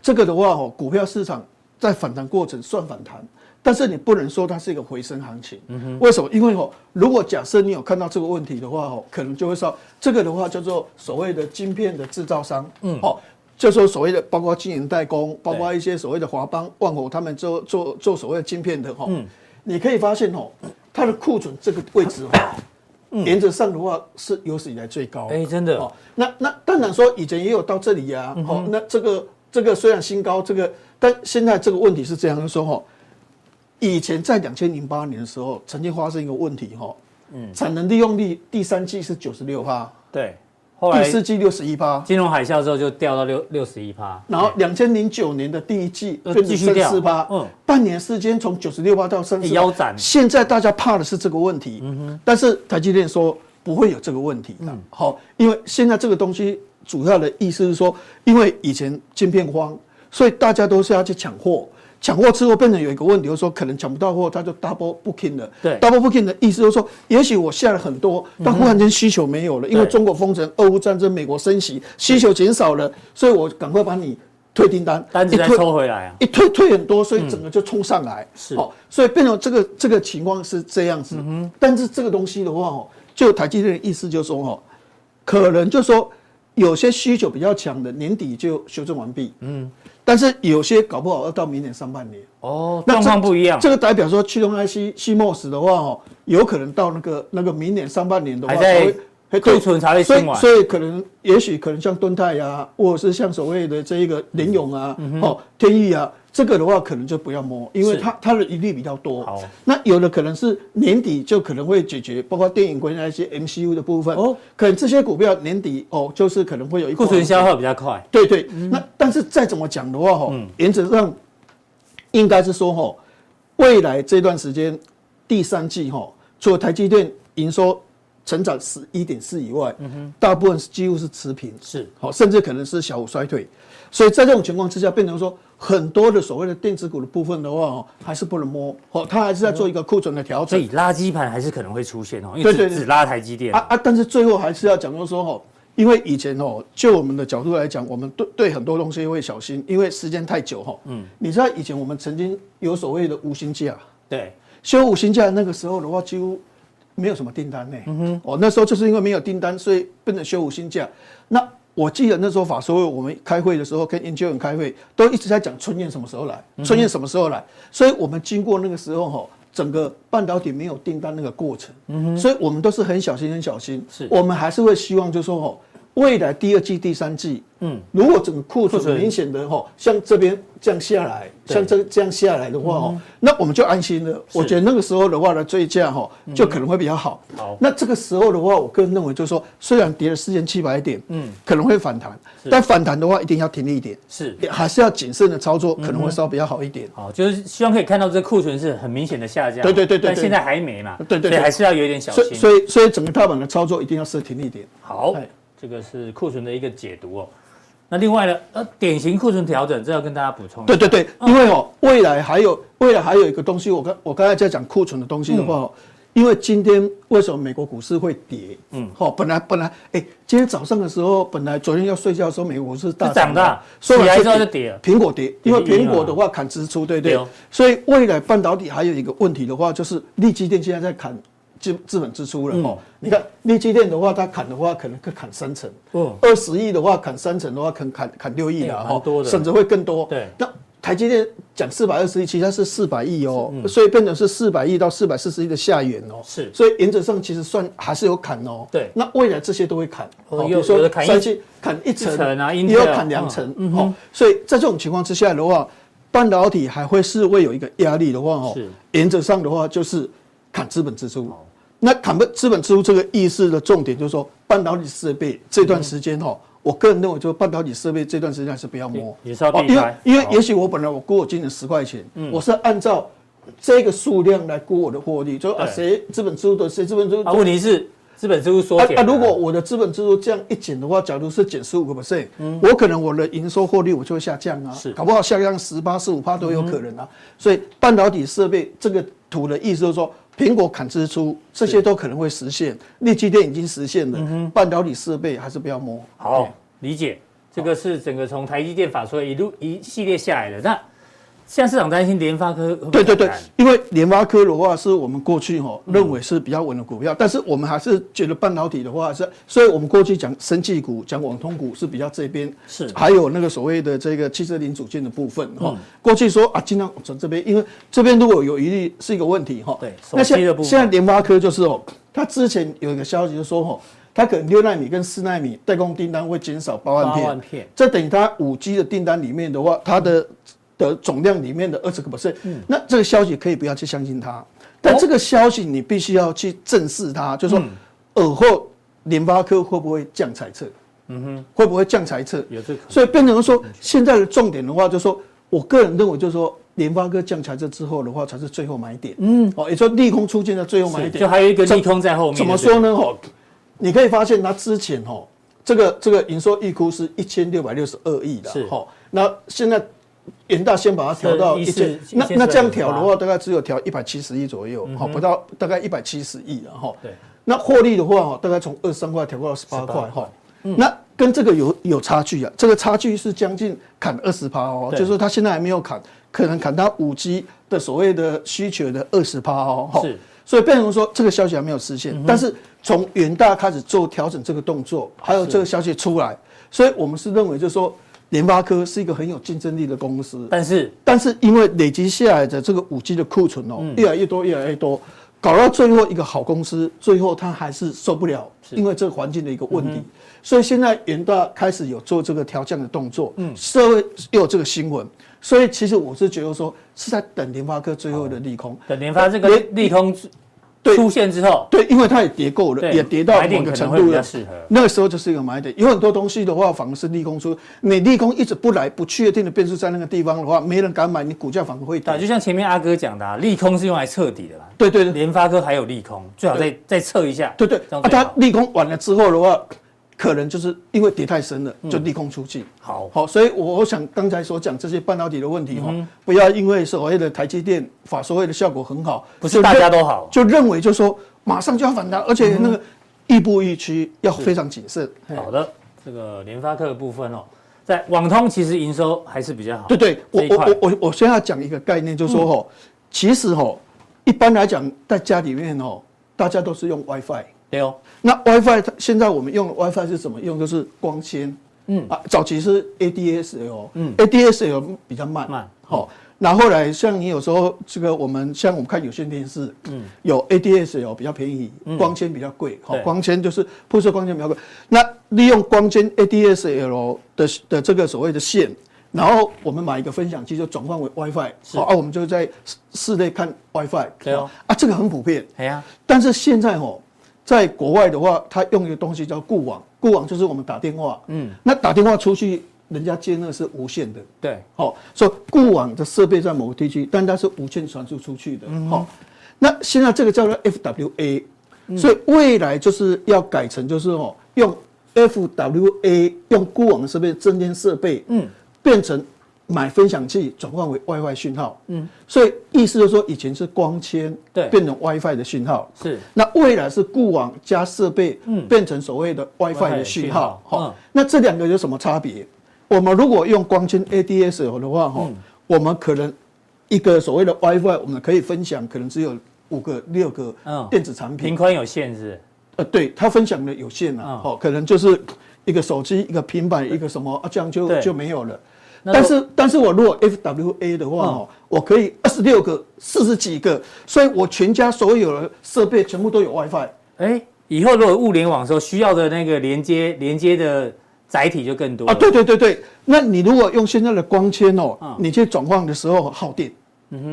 D: 这个的话哦，股票市场在反弹过程算反弹。但是你不能说它是一个回升行情，
A: 嗯
D: 为什么？因为哦，如果假设你有看到这个问题的话哦，可能就会说这个的话叫做所谓的晶片的制造商，嗯，哦，就说所谓的包括晶圆代工，包括一些所谓的华邦、万宏他们做做做所谓的晶片的哈、哦，
A: 嗯
D: 你可以发现哦，它的库存这个位置哦，原则上的话是有史以来最高，
A: 嗯哎真的嗯
D: 哦那那当然说以前也有到这里呀、好、那这个这个虽然新高，这个但现在这个问题是这样说哈、以前在两千零八年的时候哦
A: 嗯
D: 曾经发生一个问题哈、产能利用率第三季是九十六趴，
A: 对后来
D: 第四季六十一趴，
A: 金融海啸之后就掉到六六十一趴，
D: 然后两千零九年的第一季
A: 呃
D: 变成
A: 继续
D: 三
A: 掉
D: 四趴，
A: 嗯
D: 半年时间从九十六趴到三
A: 哎
D: 十，
A: 腰斩嗯
D: 现在大家怕的是这个问题，但是台积电说不会有这个问题的，好，因为现在这个东西主要的意思是说，因为以前晶片荒，所以大家都是要去抢货。抢货之后变成有一个问题，就是说可能抢不到货，他就 double booking 了。
A: 对
D: ，double booking 的意思就是说，也许我下了很多，但忽然间需求没有了，因为
A: 嗯对
D: 中国封城、俄乌战争、美国升息，需求减少了，所以我赶快把你退订单，
A: 单子
D: 一
A: 再
D: 退
A: 抽回来啊。
D: 一退退很多，所以整个就冲上来。
A: 是嗯
D: 哦，所以变成这个这个情况是这样子。但是这个东西的话哦，就台积电的意思就是说哦，可能就说有些需求比较强的年底就修正完毕。嗯，但是有些搞不好要到明年上半年。
A: 哦，
D: 那
A: 状
D: 这
A: 况不一样，
D: 这个代表说驱动 IC 西莫斯的话哦，有可能到那个那个明年上半年的话
A: 还在
D: 才会还对
A: 库存才会
D: 所以
A: 清完
D: 所以可能也许可能像敦泰啊，或者是像所谓的这一个联勇啊、哦天域啊，这个的话可能就不要摸，因为
A: 嗯是
D: 它它的疑虑比较多
A: 好。
D: 那有的可能是年底就可能会解决，包括电影关于那些 MCU 的部分
A: 哦
D: 哦，可能这些股票年底哦就是可能会有一
A: 库存消
D: 化。
A: 耗比较快。
D: 对对，那但是再怎么讲的话，哈，原则上应该是说，哈，未来这段时间第三季，哈，除了台积电营收成长十一点四以外，大部分是几乎是持平，
A: 是
D: 好，甚至可能是小幅衰退。所以在这种情况之下，变成说很多的所谓的电子股的部分的话，哦，还是不能摸，哦，它还是在做一个库存的调
A: 所
D: 整
A: 以。垃圾盘还是可能会出现哦，因为
D: 对
A: 只
D: 对对
A: 只拉台积电
D: 啊，啊！但是最后还是要讲，就是说哦，因为以前哦，就我们的角度来讲，我们对对很多东西会小心，因为时间太久哈。嗯，你知道以前我们曾经有所谓的无薪假，
A: 对，
D: 休五薪假那个时候的话，几乎没有什么订单呢。哦，那时候就是因为没有订单，所以不能休五薪假。那我记得那时候法说会我们开会的时候，跟研究员开会，都一直在讲春燕什么时候来，春燕什么时候来。所以我们经过那个时候哈，整个半导体没有订单那个过程，所以我们都是很小心很小心。
A: 是
D: 我们还是会希望就说哦，未来第二季、第三季，
A: 嗯
D: 嗯，如果整个库
A: 库存
D: 存明显的哈，像这边这样下来，
A: 对嗯
D: 像这这样下来的话哦，那我们就安心了。
A: 是嗯
D: 我觉得那个时候的话呢，追价哈就可能会比较好。
A: 好
D: 那这个时候的话，我个人认为就是说，虽然跌了四千七百点，嗯，可能会反弹，但反弹的话一定要停利一点，
A: 是
D: 也还是要谨慎的操作，
A: 嗯
D: 可能会稍微比较好一点。
A: 好，就是希望可以看到这库存是很明显的下降，
D: 对对对对
A: 但
D: 对
A: 现在还没嘛，
D: 对对对
A: 所以还是要有一点小
D: 所以
A: 心。
D: 所以所以整个踏板的操作一定要设停利点。
A: 好
D: 哎，
A: 这个是库存的一个解读哦。那另外呢，呃，典型库存调整，这要跟大家补充一下。
D: 对对对，
A: 嗯
D: 因为哦，未来还有未来还有一个东西，我刚我刚才在讲库存的东西的话、
A: 嗯
D: 哦，因为今天为什么美国股市会跌？嗯，好、本来本来哎，今天早上的时候，本来昨天要睡觉的时候，美国股市大
A: 是长大
D: 所以
A: 起来
D: 我
A: 之后就跌了
D: 苹果跌，因为
A: 跌停
D: 苹
A: 了
D: 果的话砍支出，对不对？
A: 对哦
D: 所以未来半导体还有一个问题的话，就是利基电现在在砍资资本支出了、
A: 嗯
D: 哦。你看利基电的话，它砍的话可能可以砍三成，
A: 哦
D: 二十亿的话砍三成的话，可能砍砍六亿
A: 哎
D: 了
A: 蛮
D: 哈、
A: 多的
D: 甚至会更多。
A: 对
D: 那台积电讲四百二十亿，其实它是四百亿哦，所以变成是四百亿到四百四十亿的下缘哦。
A: 嗯是
D: 所以原则上其实算还是有砍哦。
A: 对
D: 那未来这些都会砍，
A: 哦
D: 哦比
A: 有
D: 如说
A: 有的砍一
D: 三星砍一
A: 一
D: 层
A: 层啊
D: 也
A: Intel，
D: 有砍两层
A: 嗯嗯哼
D: 哦。所以在这种情况之下的话，半导体还会是会有一个压力的话哦
A: 是，哦
D: 原则上的话就是砍资本支出。那砍不资本支出这个意识的重点就是说，半导体设备这
A: 嗯
D: 段时间哦，我个人认为就是半导体设备这段时间还是不要摸，
A: 也是要避
D: 哦因为
A: 开
D: 因为
A: 好嗯
D: 也许我本来我估我今年十块钱，我是按照这个数量来估我的获利，就是啊
A: 对
D: 谁资本支出多谁资本支出
A: 啊，
D: 多
A: 问题是资本支出缩
D: 啊
A: 减
D: 啊！
A: 了
D: 如果我的资本支出这样一减的话，假如是减十五个 percent，我可能我的营收获利我就会下降啊
A: 嗯是，嗯
D: 搞不好下降十八、十五趴都有可能啊。所以半导体设备这个图的意思就是说，苹果砍支出这些都可能会实现，立基电已经实现
A: 嗯
D: 了，半导体设备还是不要摸。
A: 好哎理解，这个是整个从台积电法说一路一系列下来的。那现在市场担心联发科会不会嗯
D: 对对对
A: 反弹，
D: 因为联发科的话是我们过去哈认为是比较稳的股票，但是我们还是觉得半导体的话是，所以我们过去讲生技股、讲网通股是比较这边
A: 是嗯
D: 还有那个所谓的这个汽车零组件的部分哈。过去说啊，尽量从这边，因为这边如果有疑虑是一个问题哈。
A: 对手
D: 那
A: 机
D: 现
A: 的部分
D: 现在联发科就是哦，它之前有一个消息就说哈。它可能六纳米跟四纳米代工订单会减少八万
A: 八
D: 片，
A: 万片
D: 这等于它五 G 的订单里面的话，它的的总量里面的二十个 percent，那
A: 嗯
D: 这个消息可以不要去相信
A: 哦
D: 它，但这个消息
A: 嗯
D: 你必须要去正视它，就是说，尔后联发科会不会降财测？嗯哼，会不会降财测？
A: 有这个
D: 所以变成说，现在的重点的话，就是说我个人认为，就是说联发科降财测之后的话，才是最后买点。嗯，哦，也就利空出尽的最后买
A: 是
D: 点。
A: 就还有一个利空在后面。
D: 怎么
A: 对
D: 说
A: 不对？
D: 呢？哦，你可以发现它之前哦，这个这个营收预估是一千六百六十二亿的
A: 是，
D: 哦，那现在元大先把它调到
A: 是
D: 一
A: 14
D: 千，那
A: 14
D: 那这样调的话，大概只有调一百七十亿左右，好、不到大概一百七十亿了哈。哦
A: 对，
D: 那获利的话哦，大概从二十三块调到十八块嗯
A: 18
D: 哈。那跟这个有有差距啊，这个差距是将近砍二十趴哦，
A: 对
D: 就是说它现在还没有砍，可能砍到五 G 的所谓的需求的二十趴哦。哈
A: 是
D: 所以变成说这个消息还没有实现，但是从元大开始做调整这个动作，还有这个消息出来，所以我们是认为就是说联发科是一个很有竞争力的公司，
A: 但是
D: 但是因为累积下来的这个五 G 的库存哦，越来越多，越来越多，搞到最后一个好公司，最后它还是嗯受不了，因为这个环境的一个问题。所以现在元大开始有做这个调降的动作，嗯，社会又有这个新闻，所以其实我是觉得说是在等联发科最后的利空，
A: 等联发这个
D: 连
A: 利空
D: 哎对
A: 出现之后，
D: 对，因为它也跌够了，
A: 对
D: 也跌到
A: 买
D: 某
A: 点
D: 个
A: 可
D: 程
A: 能会
D: 度
A: 比较
D: 了。
A: 适合。
D: 那个时候就是一个买点，有很多东西的话，反而是利空出。你利空一直不来，不确定的变数在那个地方的话，没人敢买，你股价反而会跌
A: 对，。就像前面阿哥讲的，啊，利空是用来测底的啦。
D: 对对对，
A: 联发科还有利空，最好再再测一下。
D: 对对，
A: 这
D: 啊
A: 样，最
D: 它
A: 好。
D: 利空完了之后的话，可能就是因为跌太深
A: 嗯
D: 了，就利空出尽。
A: 好，
D: 好，所以我想刚才所讲这些半导体的问
A: 嗯
D: 题哈、不要因为所谓的台积电法说会的效果很好，
A: 不
D: 就是
A: 大
D: 认
A: 家都嗯好。
D: 就认为就说马上就要反弹，而且那个亦步亦趋，要非常谨慎。嘿
A: 好的，这个联发科的部分哦，在网通其实营收还是比较好。
D: 对对，我
A: 啊这一
D: 我
A: 块嗯
D: 我我我现在要讲一个概念，就是说哈、其实哈、一般来讲，在家里面哦，大家都是用 WiFi。
A: 对哦，
D: 那 WiFi 它现在我们用的 WiFi 是怎么用？就是光纤，嗯啊，早期是 ADSL，嗯，ADSL 比较慢，
A: 慢
D: 好、然后后来像你有时候这个我们像我们看有线电视，嗯，有 ADSL 比较便宜，光纤比较贵，好、
A: 对
D: 光纤就是铺设光纤比较贵。那利用光纤 ADSL 的的这个所谓的线。然后我们买一个分享器，就转换为 WiFi，
A: 是
D: 好啊，我们就在室室内看 WiFi，
A: 对哦
D: 啊，这个很普遍，
A: 哎呀，
D: 但是现在哦，在国外的话，它用一个东西叫固网，固网就是我们打电话，嗯，那打电话出去，人家接那个是无线的，
A: 对，
D: 哦，所以固网的设备在某个地区，但它是无线传输出去的，哦，那现在这个叫做 FWA，、所以未来就是要改成就是哦，用 FWA 用固网的设备增添设备，嗯，变成买分享器转换为 WiFi 讯号，嗯，所以意思就是说以前是光纤，
A: 对
D: 变成 WiFi 的讯号，
A: 是
D: 那未来是固网加设备，变成所谓的嗯 WiFi 的
A: 讯
D: 讯
A: 号
D: 号，
A: 嗯
D: 哈。那这两个有什么差别？我们如果用光纤 ADSL 的话，
A: 嗯
D: 哈，我们可能一个所谓的 WiFi，我们可以分享，可能只有五个、六个
A: 嗯
D: 电子产
A: 频
D: 品。
A: 宽有限制，
D: 呃，对，它分享的有限
A: 嗯
D: 啊，哦，可能就是一个手机、一个平板、一个什么，啊，这样就
A: 对
D: 就没有了。
A: 那
D: 但
A: 如嗯
D: 是，但是我如果 FWA 的话哦，我可以二十六个、四十几个，所以我全家所有的设备全部都有 WiFi。
A: 哎，以后如果物联网的时候需要的那个连接连接的载体就更多
D: 啊，
A: 了
D: 对对对对，那你如果用现在的光纤哦，
A: 嗯
D: 你去转换的时候耗电，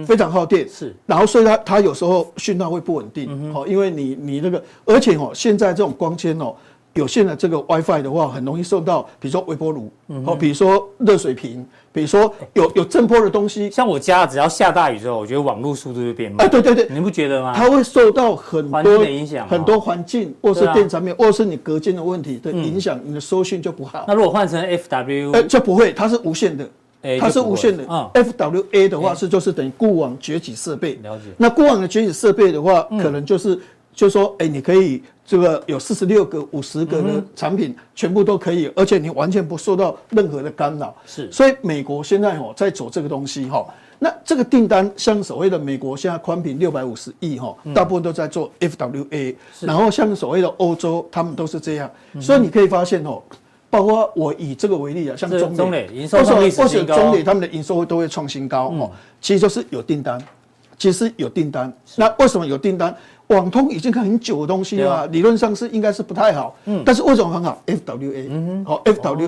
D: 非常耗电，
A: 是，嗯
D: 然后所以它它有时候讯号会不稳定，哦好、因为你你那个，而且哦，现在这种光纤哦，有线的这个 WiFi 的话，很容易受到，比如说微波炉，
A: 嗯
D: 好、比如说热水瓶，比如说有有震波的东西，
A: 像我家只要下大雨之后，我觉得网络速度就变
D: 啊，
A: 慢，
D: 对对对，
A: 你不觉得吗？
D: 它会受到很
A: 嗯环境
D: 多
A: 的影响哦
D: 很多环境，或是
A: 对啊嗯
D: 电产品，或是你隔间的问题的影响，你的收讯就不好。
A: 那如果换成 FW，
D: 呃，就不会，它是无线的
A: 哎，
D: 它是
A: 就不会
D: 无线的
A: 嗯。
D: FWA 的话是就是等于固网崛起设备。
A: 了解
D: 那固网的崛起设备的话，
A: 嗯
D: 可能就是就说，哎，你可以这个有四十六个、五十个
A: 嗯
D: 的产品全部都可以，而且你完全不受到任何的干扰。
A: 是
D: 所以美国现在哦在走这个东西哈、那这个订单像所谓的美国现在宽频六百五十亿哈，
A: 嗯
D: 大部分都在做 FWA，、然后像所谓的欧洲，他们都是这样，
A: 嗯
D: 所以你可以发现哦。包括我以这个为例啊，像
A: 这
D: 中
A: 中
D: 磊
A: 磊营收创历史
D: 或者
A: 新高嗯
D: 中磊他们的营收都会创新高哦，其实就是有订单，其实有订单。那为什么有订单？网通已经很久的东西
A: 对
D: 了
A: 啊嗯
D: 啊，理论上是应该是不太好，但是为什么很好？FWA，好
A: 哦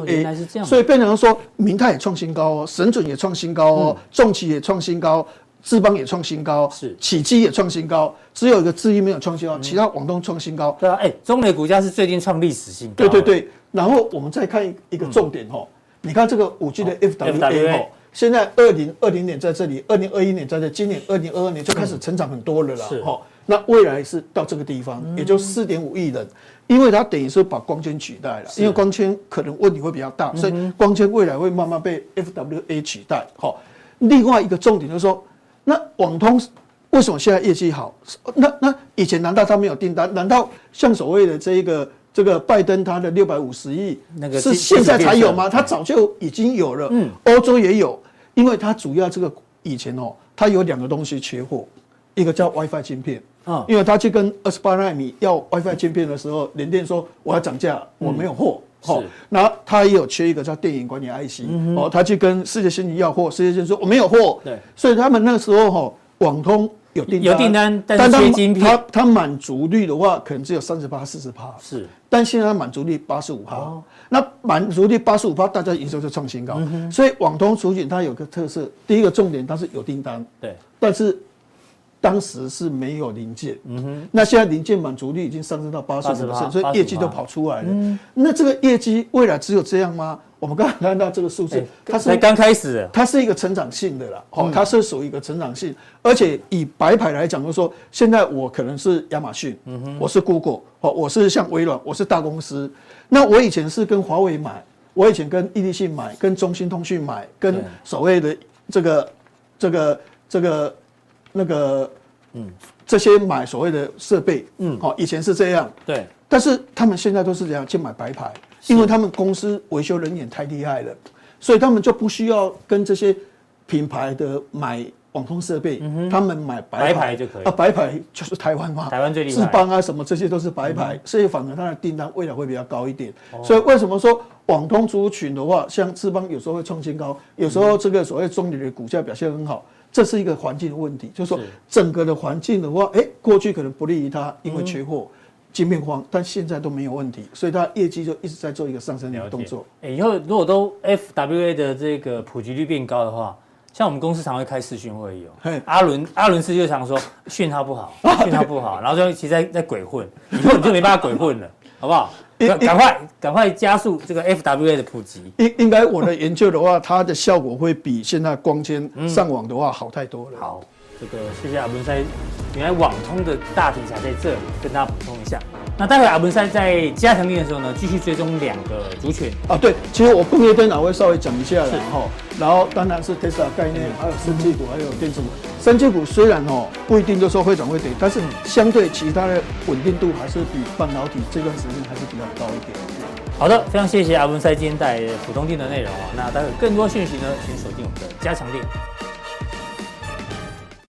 A: 原来
D: FWA，
A: 是这样
D: 所以变成说明泰也创新高哦，神准也创新高哦，重企也创新高。智邦也创新高，
A: 嗯是嗯
D: 启基也创新高，只有一个智易没有创新高，其他往东创新高。
A: 对啊，哎，中美股价是最近创历史新高。
D: 对对，对，然后我们再看一一个重点哦，你看这个五 G 的 FWA 哦
A: FWA，
D: 现在二零二零年在这里，二零二一年在这，今年二零二二年就开始成长很多了啦
A: 是，
D: 哈。那未来是到这个地方，也就四点五亿人，因为它等于是把嗯光纤取代了，因为光纤可能问题会比较大，所以光纤未来会慢慢被 FWA 取代。哈，另外一个重点就是说，那网通为什么现在业绩好？是那那以前难道他没有订单？难道像所谓的这一个这个拜登他的六百五十亿，
A: 那个
D: 是
A: 基
D: 现在才有
A: 基
D: 吗？
A: 础建设
D: 他早就已经有了，
A: 嗯
D: 欧洲也有，因为它主要这个以前哦，它有两个东西缺货，一个叫 WiFi 芯片，
A: 嗯
D: 因为它去跟二十八纳米要 WiFi 芯片的时候，联电说我要涨价，我没有货。
A: 嗯是嗯
D: 哦，然后它也有缺一个叫电源管理 IC，、哦，它去跟世界先进要货，世界先进说我没有货，
A: 对
D: 所以他们那时候哈、哦，网通有订
A: 有订单但是
D: 它
A: 缺晶片
D: 它它满足率的话，可能只有三十八、四十趴，
A: 是
D: 但现在它满足率八十五趴，那满足率八十五趴，大家营收就创新高。所以网通储景它有个特色，第一个重点它是有订单，
A: 对，
D: 但是当时是没有零件。那现在零件满足率已经上升到嗯八十嗯五
A: 85%
D: 所以业绩都跑出来了。那这个业绩未来只有这样吗？我们刚才看到这个数字
A: 哎，
D: 它是
A: 才刚开始。
D: 它是一个成长性的啦，哦，它是属于一个成长性，而且以白牌来讲，就是说现在我可能是亚马逊，我是 Google，哦，我是像微软，我是大公司，那我以前是跟华为买，我以前跟易立信买，跟中兴通讯买，
A: 对
D: 跟所谓的这个这个这个那个，嗯，这些买所谓的设备，嗯，哦，以前是这样，
A: 对，
D: 但是他们现在都是这样去买白牌，因为他们公司维修人员太厉害了，所以他们就不需要跟这些品牌的买网通设备，他们买白牌
A: 嗯白牌就可以
D: 啊，白牌就是台湾嘛，
A: 台湾最厉害
D: 智邦啊什么这些都是白
A: 嗯
D: 牌，所以反而它的订单未来会比较高一点。
A: 哦
D: 所以为什么说网通族群的话，像智邦有时候会创新高，有时
A: 嗯
D: 候这个所谓中旅的股价表现很好。这是一个环境的问题，就是说
A: 是
D: 整个的环境的话，哎，过去可能不利于它，因为
A: 嗯
D: 缺货、晶片荒，但现在都没有问题，所以它业绩就一直在做一个上升的
A: 了
D: 动
A: 解
D: 作。。
A: 哎以后如果都 FWA 的这个普及率变高的话，像我们公司常会开视讯会议哦
D: 嘿。啊
A: 阿伦阿伦斯就常说训他不 好，训他不好，然后就一直在在鬼混，以后你就没办法鬼 混了，好不好？
D: 因
A: 赶赶快赶快加速这个 FWA 的普及。
D: 应应该我的研究的话，它的效果会比现在光纤
A: 嗯
D: 上网的话好太多了。
A: 好，这个谢谢阿文塞，原来网通的大题材在这里，跟大家补充一下。那待会阿文塞在加强力的时候呢，继续追踪两个族群。
D: 啊，对，其实我工业电脑会稍微讲一下啦，哈，然后当然是 Tesla 概念，还有生技股，还有电子股。生技股虽然哦不一定就说会涨会跌，但是相对其他的稳定度还是比半导体这段时间还是比较高一点。
A: 好的，啊非常谢谢阿文塞今天带来的普通店的内容哦。那待会更多讯息呢，请锁定我们的加强力。